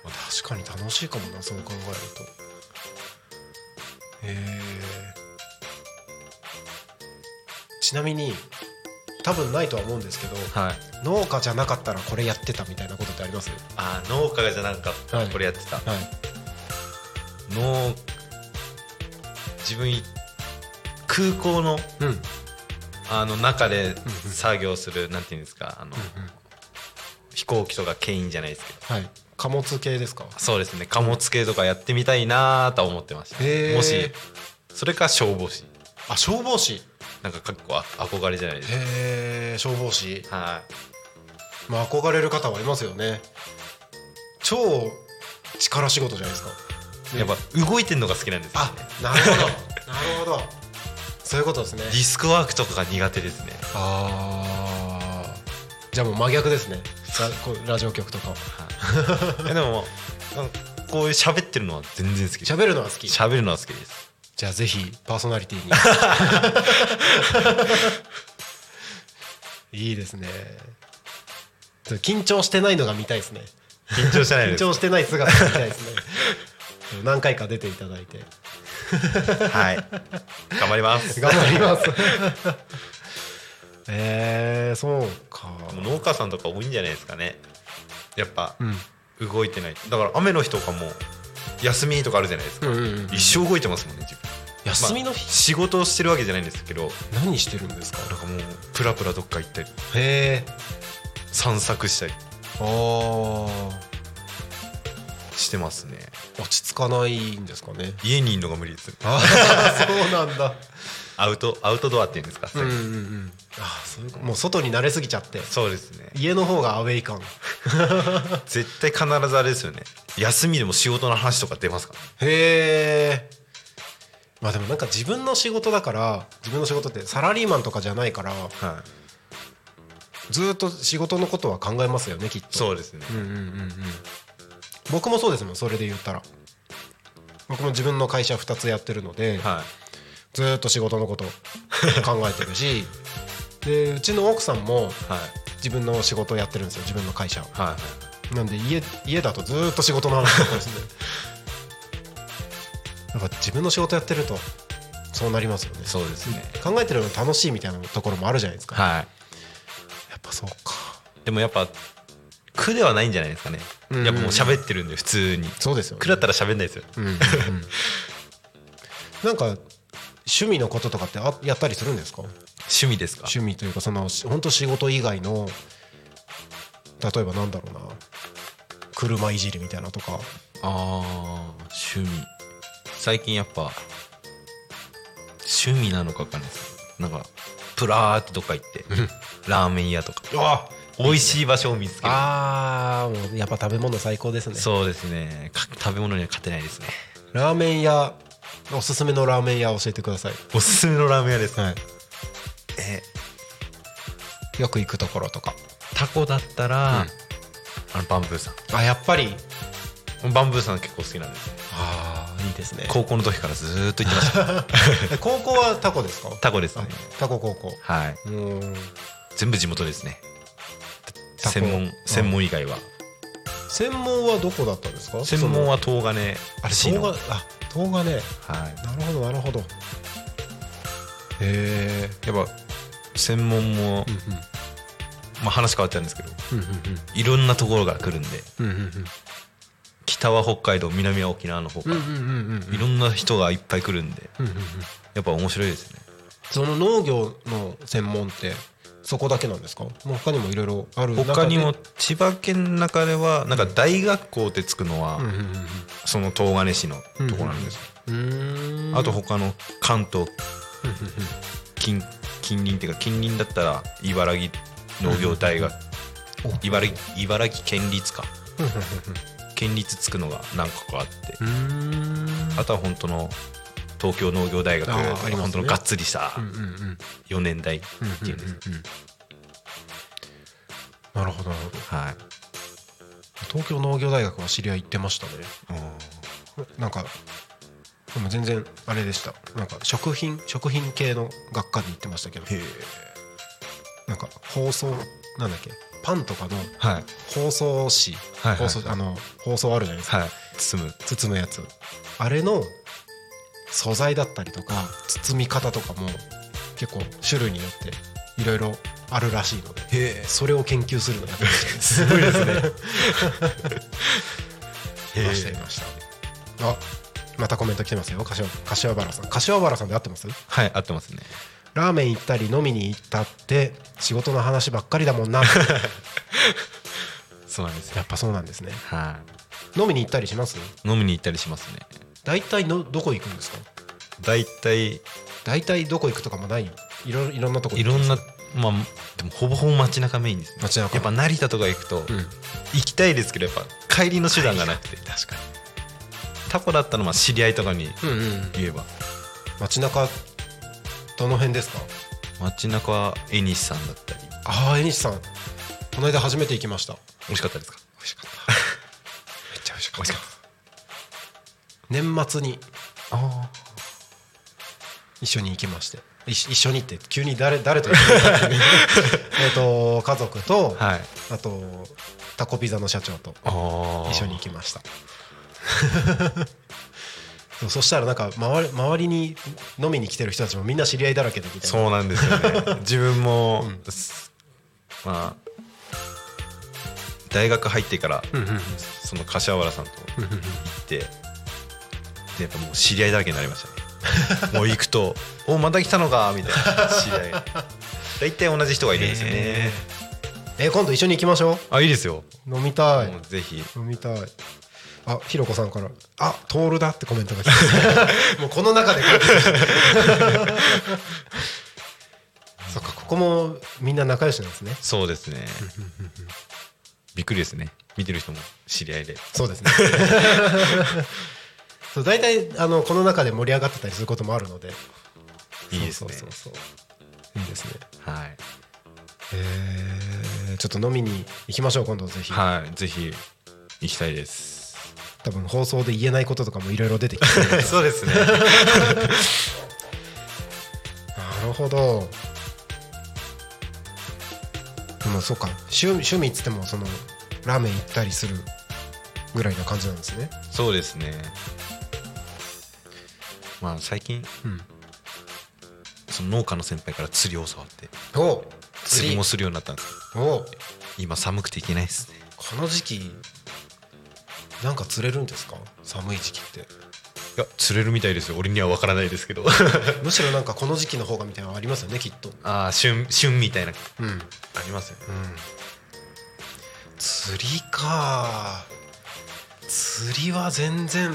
S2: あ確かに楽しいかもなそう考えるとへえちなみに多分ないとは思うんですけど
S3: はい
S2: 農家じゃなかったらこれやってたみたいなことってあります
S3: あー農家がじゃなんかった
S2: はい
S3: これやってた、
S2: はい
S3: 農自分い空港の
S2: うんうん
S3: あの中で作業するなんていうんですかあの、飛行機とか牽引じゃないですけど
S2: はい貨物系ですか
S3: そうですね貨物系とかやってみたいなーとは思ってました
S2: へー
S3: もしそれか消防士
S2: あ消防士
S3: なんかかっこあ憧れじゃないですか
S2: へえ消防士
S3: はい
S2: まあ憧れる方はいますよね超力仕事じゃないですか
S3: やっぱ動いてるのが好きなんですよね
S2: あなるほどなるほどそういうこと ですね
S3: ディスクワークとかが苦手ですね
S2: ああじゃあもう真逆ですねラこうラジオ局とかは
S3: えでもなんかこういう喋ってるのは全然好きです
S2: 喋るのは好きじ
S3: 喋るのは好きです
S2: ゃあぜひパーソナリティに いいですねちょっと緊張してないのが見たいですね
S3: 緊張してない
S2: 緊
S3: です
S2: 張してない姿が見たいですねでも何回か出ていただいて
S3: はい。頑張ります。
S2: 頑張り ます。えー、そうか。
S3: もう農家さんとか多いんじゃないですかね。やっぱ
S2: うん。
S3: 動いてない。だから雨の日とかも休みとかあるじゃないですか。
S2: うんうんうん
S3: 一生動いてますもんね自分。
S2: 休みの日、
S3: まあ仕事をしてるわけじゃないんですけど、
S2: 何してるんですか。
S3: なんかもうプラプラどっか行ったり、
S2: へえ。
S3: 散策したり
S2: ああ。
S3: してますね。
S2: 落ち着かないんですかね。
S3: 家にいるのが無理です。
S2: ああ、 そうなんだ。
S3: アウトアウトドアっていうんですか。
S2: うんうんうん。ああ、そういうこともう外に慣れすぎちゃって。
S3: そうですね。
S2: 家の方がアウェイ感。
S3: 絶対必ずあれですよね。休みでも仕事の話とか出ますから、
S2: へえ。まあでもなんか自分の仕事だから自分の仕事ってサラリーマンとかじゃないから
S3: はい。
S2: ずーっと仕事のことは考えますよねきっと
S3: そうですね。
S2: うんうんうんうん僕もそうですもんそれで言ったら僕も自分の会社2つやってるので、
S3: は
S2: ずーっと仕事のこと考えてるしでうちの奥さんも
S3: いはい
S2: 自分の仕事をやってるんですよ自分の会社
S3: はいはい。
S2: なんで家家だとずーっと仕事の話ばっかり ですねなんか自分の仕事やってるとそうなりますよね
S3: そうですね。
S2: 考えてるの楽しいみたいなところもあるじゃないですか、
S3: はい。
S2: やっぱそうか
S3: でもやっぱ苦ではないんじゃないですかね。
S2: うん
S3: やっぱもう喋ってるんで普通に。
S2: そうですよね
S3: 苦だったら喋んないですよ。
S2: なんか趣味のこととかってあやったりするんですか
S3: 趣味ですか。
S2: 趣味というかそのし本当仕事以外の例えばなんだろうな車いじりみたいなとか
S3: ああ趣味。最近やっぱ趣味なのかわかんないですけど。なんかプラーってどっか行ってラーメン屋とか
S2: あ
S3: 美味しい場所を見つける。
S2: あーもうやっぱ食べ物最高ですね
S3: そうですね。か食べ物には勝てないですね。
S2: ラーメン屋おすすめのラーメン屋教えてください
S3: おすすめのラーメン屋です。
S2: はい
S3: え
S2: よく行くところとか
S3: タコだったら、あのバンブーさ
S2: あやっぱり
S3: んバンブーさん結構好きなんですよ
S2: ああいいですね
S3: 高校の時からずーっと行ってました
S2: え高校はタコですか
S3: タコですね
S2: タコ高校
S3: はい
S2: うん
S3: 全部地元ですね
S2: タコ
S3: 専門専門以外は
S2: 専門はどこだったんですか
S3: 専門は東金
S2: あれ
S3: 市
S2: 動
S3: の
S2: 画あ動画ね
S3: はい
S2: なるほどなるほどへえ
S3: やっぱ専門も、まあ、話変わっちゃうんですけどいろんなところが来るんで北は北海道南は沖縄の方から、いろんな人がいっぱい来るんでやっぱ面白いですね
S2: その農業の専門ってそこだけなんですかもう他にもいろいろある中で
S3: 他にも千葉県の中ではなんか大学校ってつくのは、
S2: うんうん
S3: その東金市のところなんですよ、
S2: うんうんうーん
S3: あと他の関東
S2: うんうん
S3: 近近隣っていうか近隣だったら茨城農業大学、
S2: うんお
S3: 茨城茨城県立か
S2: うん
S3: 県立つくのが何個かあって、
S2: うんうんうーん
S3: あとは本当の東京農業大学と
S2: あ
S3: か、
S2: ーありますね
S3: 本当のがっつりした
S2: うんうんうん
S3: 4年代っていうんです、
S2: なるほどなるほど
S3: はい
S2: 東京農業大学は知り合い行ってましたねなんかでも全然あれでしたなんか食品食品系の学科に行ってましたけどなんか包装なんだっけパンとかの
S3: はい
S2: 包装紙、
S3: はいはい
S2: 包装あの包装あるじゃないですか
S3: はい包む
S2: 包むやつあれの素材だったりとか包み方とかも結構種類によっていろいろあるらしいのでそれを研究するのが楽しみですごい ですねいましたいましたあまたコメント来てますよ柏柏原さん柏原さんで合ってます
S3: はい合ってますね
S2: ラーメン行ったり飲みに行ったって仕事の話ばっかりだもん な
S3: そうなんですよ
S2: やっぱそうなんですね
S3: は
S2: 飲みに行ったりします
S3: い飲みに行ったりしますね
S2: 大体のどこ行くんですか
S3: 大体
S2: 大体どこ行くとかもないいろいろんなとこ
S3: い
S2: 行く
S3: ろんな
S2: です
S3: まあでもほぼほぼ街中メインですね
S2: 街中
S3: やっぱ成田とか行くと、
S2: うん
S3: 行きたいですけどやっぱ帰りの手段がなくて
S2: 確か
S3: タコだったのは知り合いとかに
S2: にうんうん
S3: 言えば
S2: 街中どの辺ですか
S3: 街中は江西さんだったり
S2: ああ江西さんこの間初めて行きました
S3: 美味しかったですか
S2: 美味しかっためっちゃ美味しかった年末に
S3: あ
S2: 一緒に行きまして一緒一緒にって急に誰誰と行ったのか っていうえっと家族と、
S3: はい
S2: あとタコピザの社長と
S3: あ
S2: 一緒に行きました そうそしたらなんか周り周りに飲みに来てる人たちもみんな知り合いだらけでみたいな
S3: そうなんですよ ね自分も、すまあ大学入ってから、
S2: うんうんうん
S3: その柏原さんと行って、でやっぱもう知り合いだらけになりましたね もう行くと「おまた来たのか」みたいな知り合い大体同じ人がいるんですよね、
S2: へ え今度一緒に行きましょ
S3: あいいですよ、
S2: う飲みたい
S3: もうぜひ
S2: 飲みたいあひろこさんから「あトールだ」ってコメントが来 てもうこの中で書いてるそっかここもみんな仲良しなんですね
S3: そうですね びっくりですね見てる人も知り合いで
S2: そうですね そう大体あのこの中で盛り上がってたりすることもあるので
S3: いいですね
S2: そうそうそうそういいですね
S3: はい
S2: えーちょっと飲みに行きましょう今度ぜひ、
S3: はいぜひ行きた いです
S2: 多分放送で言えないこととかもいろいろ出てきて
S3: そうですね
S2: なるほどでもそうか趣趣味っつってもそのラーメン行ったりするぐらいな感じなんですね
S3: そうですねまあ最近
S2: うん
S3: その農家の先輩から釣りを教わって
S2: お
S3: 釣
S2: 釣
S3: り
S2: り
S3: も
S2: も
S3: するようになったんです
S2: お
S3: 今寒くていけないですね
S2: この時期なんか釣れるんですか寒い時期って
S3: いや釣れるみたいですよ俺には分からないですけど
S2: むしろなんかこの時期の方がみたいなのありますよねきっと
S3: ああ旬旬みたいな
S2: うんうん
S3: ありますよね
S2: 釣りか釣りは全然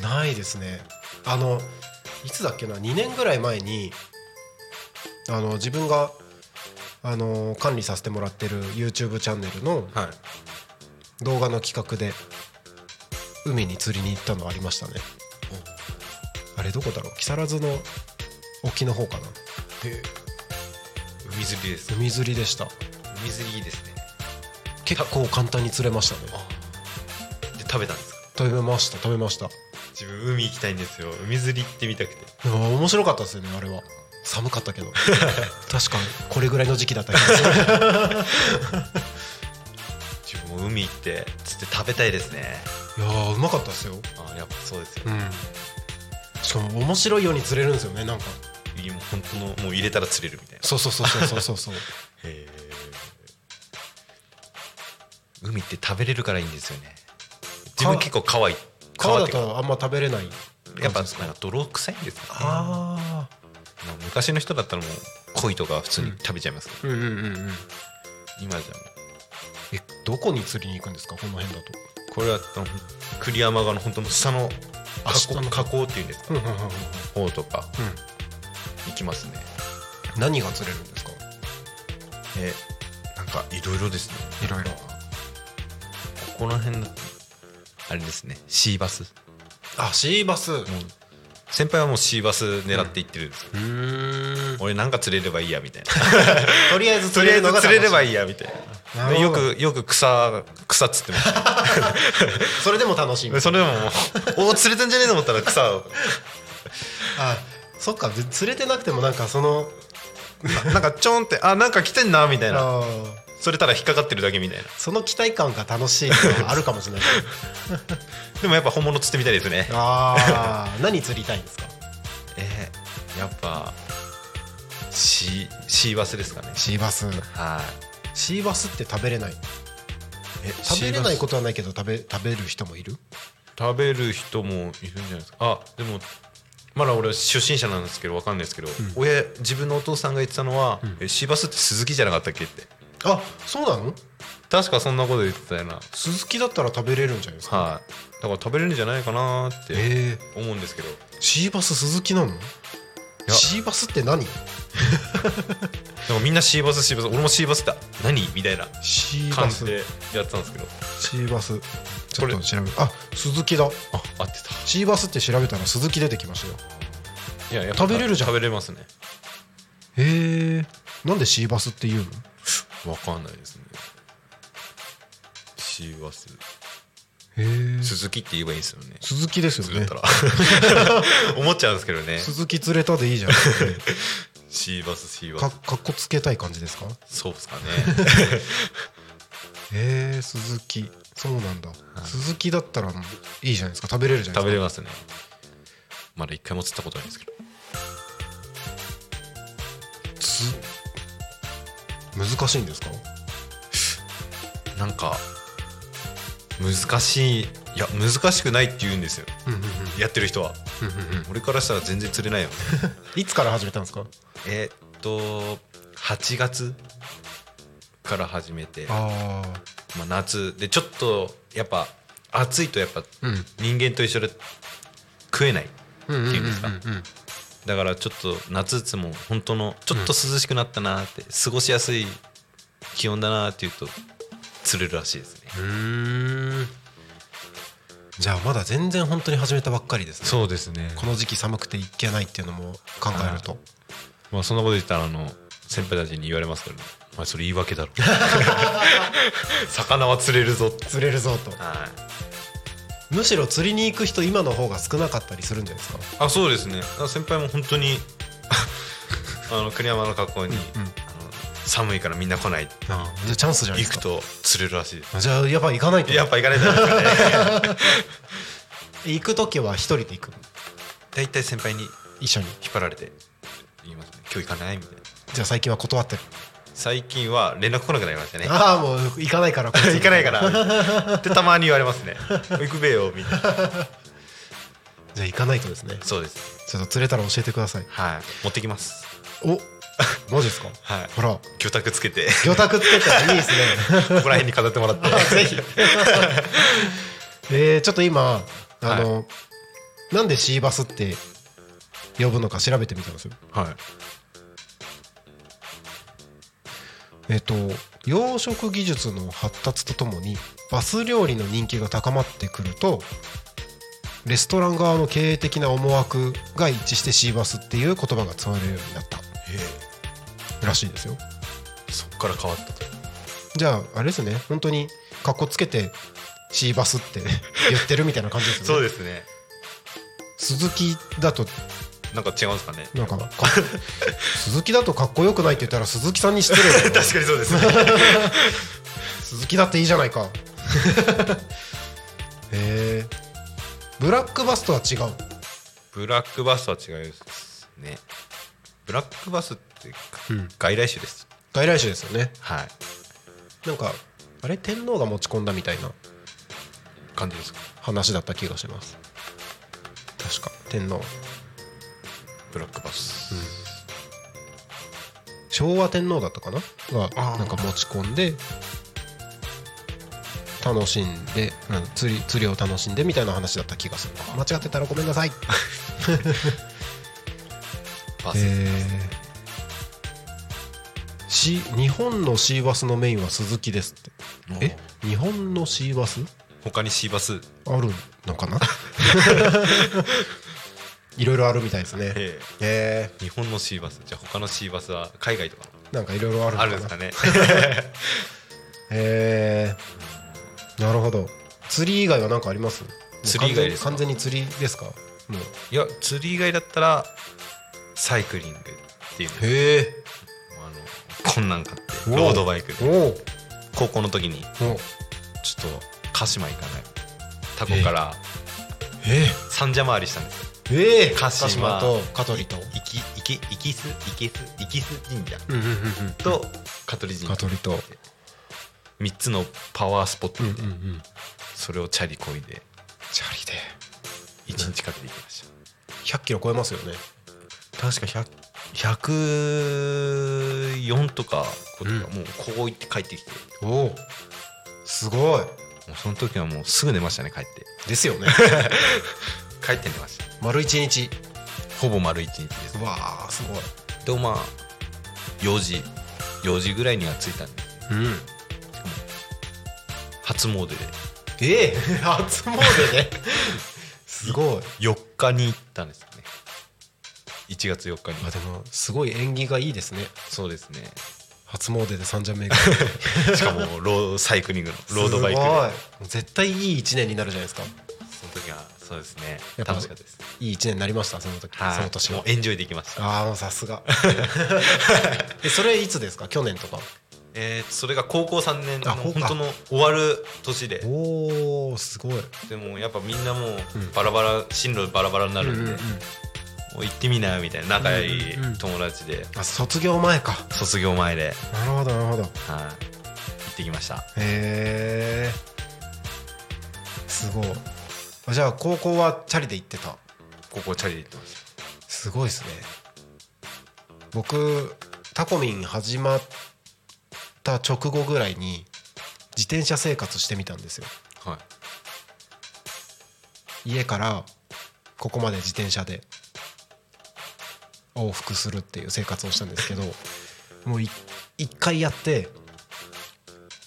S2: ないですねあのいつだっけな2年ぐらい前にあの自分があの管理させてもらってる YouTube チャンネルの
S3: はい
S2: 動画の企画で海に釣りに行ったのありましたねあれどこだろう木更津の沖の方かな
S3: 海釣りです
S2: 海釣りでした
S3: 海釣りいいですね
S2: 結構簡単に釣れましたね
S3: で食べたんですか
S2: 食べました食べました
S3: 自分海行きたいんですよ海釣り行ってみたくて
S2: でも面白かったですよねあれは寒かったけど 確かにこれぐらいの時期だった気がす る
S3: 自分も海行って釣って食べたいですね
S2: いやーうまかったですよ
S3: あやっぱそうですよ
S2: う、んしかも面白いように釣れるんですよねなんか
S3: いやもう本当のもう入れたら釣れるみたいな
S2: そうそうそうそうそう そう
S3: へえ海って食べれるからいいんですよね自分結構川い
S2: 川だ
S3: ってか
S2: とあんま食べれない
S3: やっぱなんか泥臭いんですね
S2: ああ
S3: まあ昔の人だったらもう鯉とか普通に食べちゃいますけど、
S2: うんうんうんうん
S3: 今じゃも
S2: えどこに釣りに行くんですかこの辺だと
S3: うこれはあの栗山川の本当の下の
S2: あ
S3: 河
S2: 下の
S3: 口河口っていうんですか
S2: うんうんうんうんうん
S3: 方とか行きますね
S2: 何が釣れるんですか
S3: えなんかいろいろですね
S2: いろいろ
S3: ここら辺だとあれですねシーバス
S2: あシーバスう
S3: もう先輩はもうシーバス狙っていってるんですよ、
S2: ーん
S3: 俺なんか釣れればいいやみたいな
S2: とりあえず
S3: と
S2: 釣
S3: りあ
S2: れ
S3: え
S2: るの
S3: ず
S2: が
S3: 釣れれば
S2: い
S3: いいやみたいな
S2: なる
S3: よ
S2: ほど
S3: くよく草草釣ってました
S2: それでも楽しい
S3: それでももうお釣れたんじゃねえと思ったら草を
S2: あそっかで釣れてなくてもなんかその
S3: ななんかちょんってあなんか来てんなみたいな
S2: あー
S3: それたら引っかかってるだけみたいな
S2: その期待感が楽しいのはあるかも しれない
S3: でもやっぱ本物釣ってみたいですね
S2: ああ何釣りたいんですか
S3: えー、やっぱシーシーバスですかね
S2: シーバス
S3: はい
S2: シーバスって食べれない
S3: え
S2: 食べれないこととはないけど食べ食べる人もいる
S3: 食べる人もいるんじゃないですかあでもまだ俺初心者なんですけどわかんないですけど、親自分のお父さんが言ってたのは、えシーバスって鈴木じゃなかったっけって
S2: あそうなの
S3: 確かそんなこと言ってたよな
S2: 鈴木だったら食べれるんじゃないですか
S3: はい、だから食べれるんじゃないかなーって
S2: えー
S3: 思うんですけど、
S2: シーバス鈴木なの
S3: や
S2: シーバスって何
S3: でもみんなシーバスシーバス俺もシーバスって何みたいな
S2: シー
S3: 感
S2: バス
S3: じでやってたんですけど
S2: シーバスちょっ
S3: ことれ
S2: 調べあ鈴木だ
S3: あ合ってた
S2: シーバスって調べたら鈴木出てきましたよ
S3: いやいや
S2: 食べれるじゃん
S3: 食べれますね
S2: へえなんでシーバスって言うの
S3: わかんないですねシーバス
S2: へえ
S3: 鈴木って言えばいいんですよね
S2: 鈴木ですよ
S3: 釣れ
S2: ね
S3: たら 思っちゃうんですけどね
S2: 鈴木釣れたでいい じゃん
S3: シーバスシー
S2: か
S3: バス
S2: かっこつけたい感じですか
S3: そうっすかね
S2: へえ鈴木そうなんだ、鈴木だったらもういいじゃないですか食べれるじゃない
S3: 食
S2: で
S3: べ
S2: す
S3: れますねまだ一回も釣ったことないんですけど
S2: かつ難しいんですか
S3: なんか難しいいや難しくないって言うんですよ
S2: うんうんうん
S3: やってる人は俺からしたら全然釣れないよね
S2: いつから始めたんですか
S3: えーっと8月から始めて
S2: あ
S3: まあ、夏でちょっとやっぱ暑いとやっぱ
S2: うん
S3: 人間と一緒で食えない
S2: あうん
S3: っ
S2: うん
S3: て
S2: うん
S3: いうんですかだからちょっと夏っつも本当のちょっと涼しくなったなって過ごしやすい気温だなっていうと釣れるらしいですね
S2: うんじゃあまだ全然本当に始めたばっかりですね
S3: そうですね
S2: この時期寒くて行けないっていうのも考えると
S3: まあそんなこと言ったらあの先輩たちに言われますけど、ね、お前それ言い訳 だろ魚は釣れるぞって
S2: 釣れるぞとむしろ釣りに行く人今の方が少なかったりするんじゃないですか
S3: あそうですねあ先輩も本当に あの国山の学校に、
S2: うん
S3: あの寒いからみんな来ない
S2: あじゃあチャンスじゃないで
S3: 行
S2: すか
S3: くと釣れるらしいです
S2: あじゃあやっぱ行かないと
S3: やっぱ行かないとダメです ね
S2: 行く時は一人で行くの
S3: 大体先輩に引
S2: 一緒に
S3: っ張られて言いますね今日行かないみたいな
S2: じゃあ最近は断ってる
S3: 最近は連絡来なくなりましたね
S2: ああもう行かないからこいつ
S3: 行かないからってたまに言われ ますね行くべよみたいな
S2: じゃあ行かないとですね
S3: そうです
S2: ちょっと釣れたら教えてください
S3: はい持ってきます
S2: お マジですか
S3: はい
S2: ほら
S3: 魚拓つけて
S2: 魚拓つけたらいいですね
S3: ここら辺に飾ってもらって
S2: ぜひえー、ちょっと今あの、なんでシーバスって呼ぶのか調べてみたんですよ
S3: はい
S2: えっと養殖技術の発達とともにバス料理の人気が高まってくるとレストラン側の経営的な思惑が一致してシーバスっていう言葉が使われるようになった
S3: へえ
S2: ららしいですよ
S3: そっから変わったと
S2: じゃああれですね本当にかっこつけてシーバスって言ってるみたいな感じですよね
S3: そうですね
S2: 鈴木だと
S3: なんか違うんですかね
S2: なんかか鈴木だとかっこよくないって言ったら鈴木さんに失礼だよ
S3: 確かにそうですね
S2: 鈴木だっていいじゃないかへえブラックバスとは違う
S3: ブラックバスは違いですねブラックバスって
S2: うん
S3: 外来種です、
S2: 外来種ですよね
S3: はい
S2: なんかあれ天皇が持ち込んだみたいな
S3: 感じですか
S2: 話だった気がします確か天皇
S3: ブラックバス、
S2: 昭和天皇だったかながなんか持ち込んで楽しんで、うん釣り釣りを楽しんでみたいな話だった気がする間違ってたらごめんなさい
S3: バス、
S2: えし日本のシーバスのメインは鈴木ですってえ日本のシーバス
S3: 他にシーバス、
S2: あるのか ないろいろあるみたいですね
S3: え
S2: え
S3: え日本のシーバスじゃあ他のシーバスは海外とか
S2: ーなんかいろいろあるの
S3: あ
S2: か
S3: るん
S2: な
S3: ですかね
S2: へえなるほど釣り以外は何かあります
S3: 釣り以外ですか
S2: 完全に完全に釣りですかも
S3: いや釣り以外だったらサイクリングっていうの
S2: うへえ
S3: あのこんなん買ってロードバイク
S2: お
S3: で
S2: お
S3: 高校の時に
S2: お
S3: ちょっと鹿島行かないタコから
S2: え
S3: 三社回りしたんですよ
S2: ー、ええ
S3: 鹿島
S2: と香取と
S3: いきいきいきすいきすいきす神社
S2: うんうんうん
S3: と香取神
S2: 香
S3: 社
S2: 取と
S3: 3つのパワースポットで、
S2: ん
S3: それをチャリこいで
S2: チャリで
S3: 1日かけて行きまし
S2: 100キロ超えますよね
S3: た確か104とか5
S2: う
S3: とか、
S2: ん
S3: もうここ行って帰ってきて
S2: おおすごい
S3: もうその時はもうすぐ寝ましたね帰って
S2: ですよね
S3: 帰って寝ました
S2: 丸一日
S3: ほぼ丸1日です
S2: うわあすごい
S3: でもまあ4時4時ぐらいには着いたんで
S2: うん
S3: 初詣で
S2: ええ 初詣ですごい
S3: 4日に行ったんですよね1月4日に
S2: あでもすごい縁起がいいですね
S3: そうですね
S2: 初詣で三社目が
S3: しかもロードサイクリングのロードバイクです
S2: ごいもう絶対いい一年になるじゃないですか
S3: その時はそうですね
S2: やっぱ
S3: 楽しかったです
S2: いい一年になりましたその時、
S3: はい
S2: その年
S3: も
S2: は
S3: うエンジョイできました
S2: ああもうさす がえそれいつですか去年とか
S3: えー、それが高校3年の
S2: あほう
S3: 本
S2: か
S3: 当の終わる年で
S2: おおすごい
S3: でもやっぱみんなもう
S2: うん
S3: バラバラ進路バラバラになるんで、もう行ってみなよみたいな仲いい
S2: うんうんうん
S3: 友達で
S2: あ卒業前か
S3: 卒業前で、
S2: なるほどなるほど
S3: はい、行ってきました
S2: へえすごいあじゃあ高校はチャリで行ってた
S3: 高校チャリで行ってました
S2: すごいですね僕タコミン始まった直後ぐらいに自転車生活してみたんですよ
S3: はい、
S2: 家からここまで自転車で往復するっていう生活をしたんですけど もうい一回やって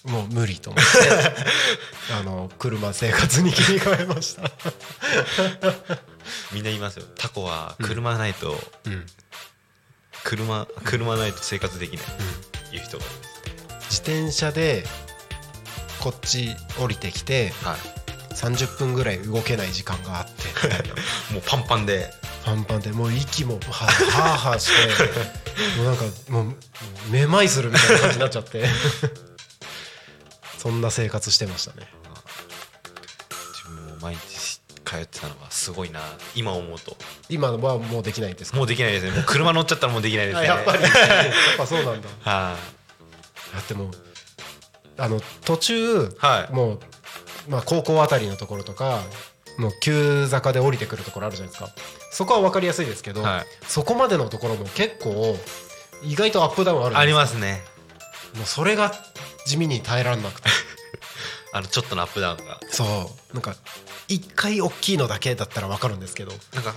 S2: もう無理と思ってあの車生活に切り替えました、
S3: みんな言いますよタコは車ないと、車車ないと生活できないっていう人が多いです
S2: 自転車でこっち降りてきて
S3: はい
S2: 30分ぐらい動けない時間があって
S3: もうパンパンで
S2: パンパンでもう息もははあはあしてもうなんかもうめまいするみたいな感じになっちゃってそんな生活してましたね
S3: 自分も毎日通ってたのがすごいな今思うと
S2: 今はもうできないんですか
S3: もうできない ですねもう車乗っちゃったらもうできないです
S2: あ
S3: ね
S2: やっぱりやっぱそうなんだ
S3: は
S2: だってもうあの途中
S3: い、はい、
S2: もう、まあ、高校あたりのところとかもう急坂で降りてくるところあるじゃないですかそこは分かりやすいですけど、
S3: はい
S2: そこまでのところも結構意外とアップダウンあるんです
S3: ありますね
S2: もうそれが地味に耐えらんなくて
S3: あのちょっとのアップダウンが
S2: そうなんか一回大きいのだけだったら分かるんですけど
S3: なんか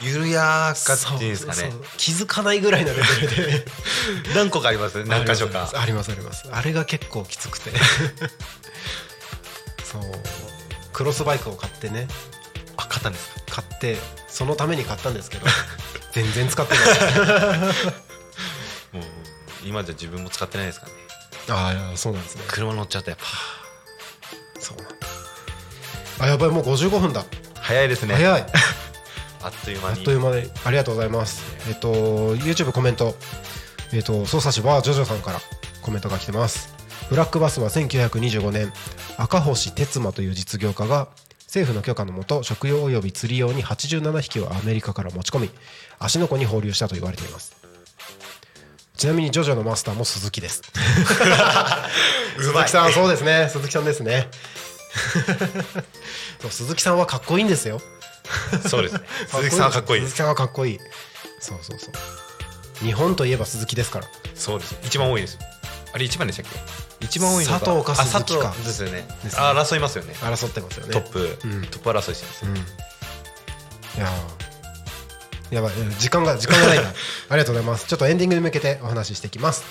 S3: 緩やかっていうんですか
S2: そう
S3: ね
S2: そう気づかないぐらいのレベルで
S3: 何個かありますね 何箇所か
S2: ありますありますありますあれが結構きつ くてそうクロスバイクを買ってね
S3: あ買ったんですか
S2: 買ってそ のために買ったんですけど全然使ってない
S3: もう今じゃ自分も使ってないですからね
S2: ああそうなんですね
S3: 車乗っちゃったやっ
S2: そうなんだあやばいもう55分だ
S3: ぱ早いですね
S2: 早い
S3: あっという
S2: あ
S3: 間
S2: っ
S3: に
S2: という間でありがとうございますえっと YouTube コメントえっと操作士はジョジョさんからコメントが来てますブラックバスは1925年赤星哲馬という実業家が政府の許可のもと食用及び釣り用に87匹をアメリカから持ち込み芦ノ湖に放流したと言われていますちなみにジョジョのマスターも鈴木です
S3: う
S2: 鈴
S3: まい
S2: 木さんそうですね鈴木さんですね そう鈴木さんはかっこいいんですよ
S3: そうですね鈴木さんは かっこいいで
S2: 鈴木
S3: す
S2: さんはかっこいいそうそうそう日本といえば鈴木ですから
S3: そうです一番多いですあれ一番でしたっけ一番多いのが
S2: 佐藤か
S3: あ
S2: 鈴木か
S3: 佐藤ですよね
S2: ですね
S3: あ争いますよね
S2: 争ってますよね
S3: トップ、
S2: うん
S3: トップ争いしてます
S2: う
S3: よ、
S2: んいやーやばい時間が時間が ないなありがとうございますちょっとエンディングに向けてお話ししていきます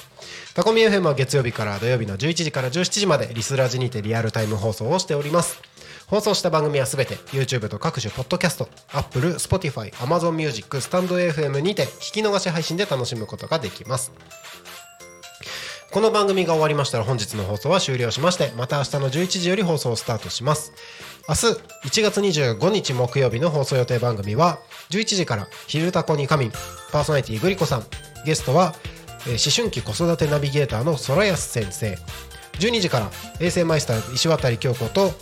S2: タコミ FM は月曜日から土曜日の11時から17時までリスラジにてリアルタイム放送をしております放送した番組はすべて YouTube と各種ポッドキャスト Apple、Spotify、Amazon Music、スタンド FM にて聞き逃し配信で楽しむことができますこの番組が終わりましたら本日の放送は終了しましてまた明日の11時より放送をスタートします明日1月25日木曜日の放送予定番組は11時から「昼タコに神」パーソナリティグリコさんゲストはえー思春期子育てナビゲーターの空安先生12時から衛星マイスター石渡京子と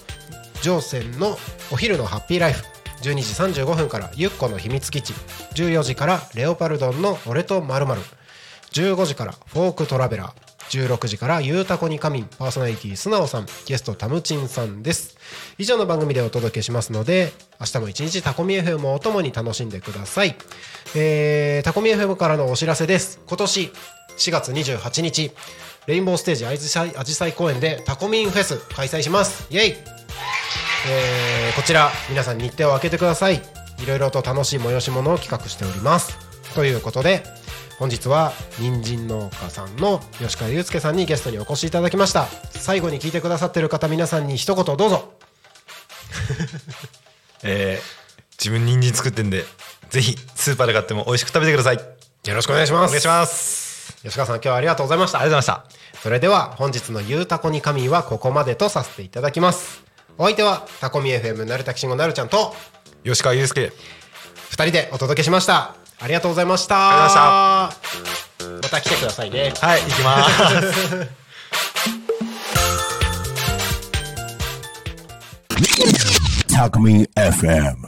S2: 乗船のお昼のハッピーライフ12時35分からゆっこの秘密基地14時からレオパルドンの俺とまるまる15時からフォークトラベラー16時からゆうたこに仮眠パーソナリティ素直さんゲストたむちんさんです以上の番組でお届けしますので明日も一日タコミ FM をおともに楽しんでください、えー、タコミ FM からのお知らせです今年4月28日レインボーステージあじさいあじさい公園でタコミンフェス開催しますイエイえーこちら皆さん日程を開けてくださいいろいろと楽しい催し物を企画しておりますということで本日は人参農家さんの吉川祐介さんにゲストにお越しいただきました最後に聞いてくださってる方皆さんに一言どうぞ
S3: えー自分人参作ってんでぜひスーパーで買っても美味しく食べてください
S2: よろしくお願いします
S3: お願いします
S2: 吉川さん今日はありがとうございました
S3: ありがとうございました
S2: それでは本日の「ゆうたこに神」はここまでとさせていただきますお相手はタコミ FM なるたきしんごなるちゃんと
S3: 吉川祐介
S2: 2人でお届けしましたありがとうございました
S3: ありがとうご
S2: ました
S3: ざい
S2: また来てくださいね
S3: はい行きます
S1: たこみ FM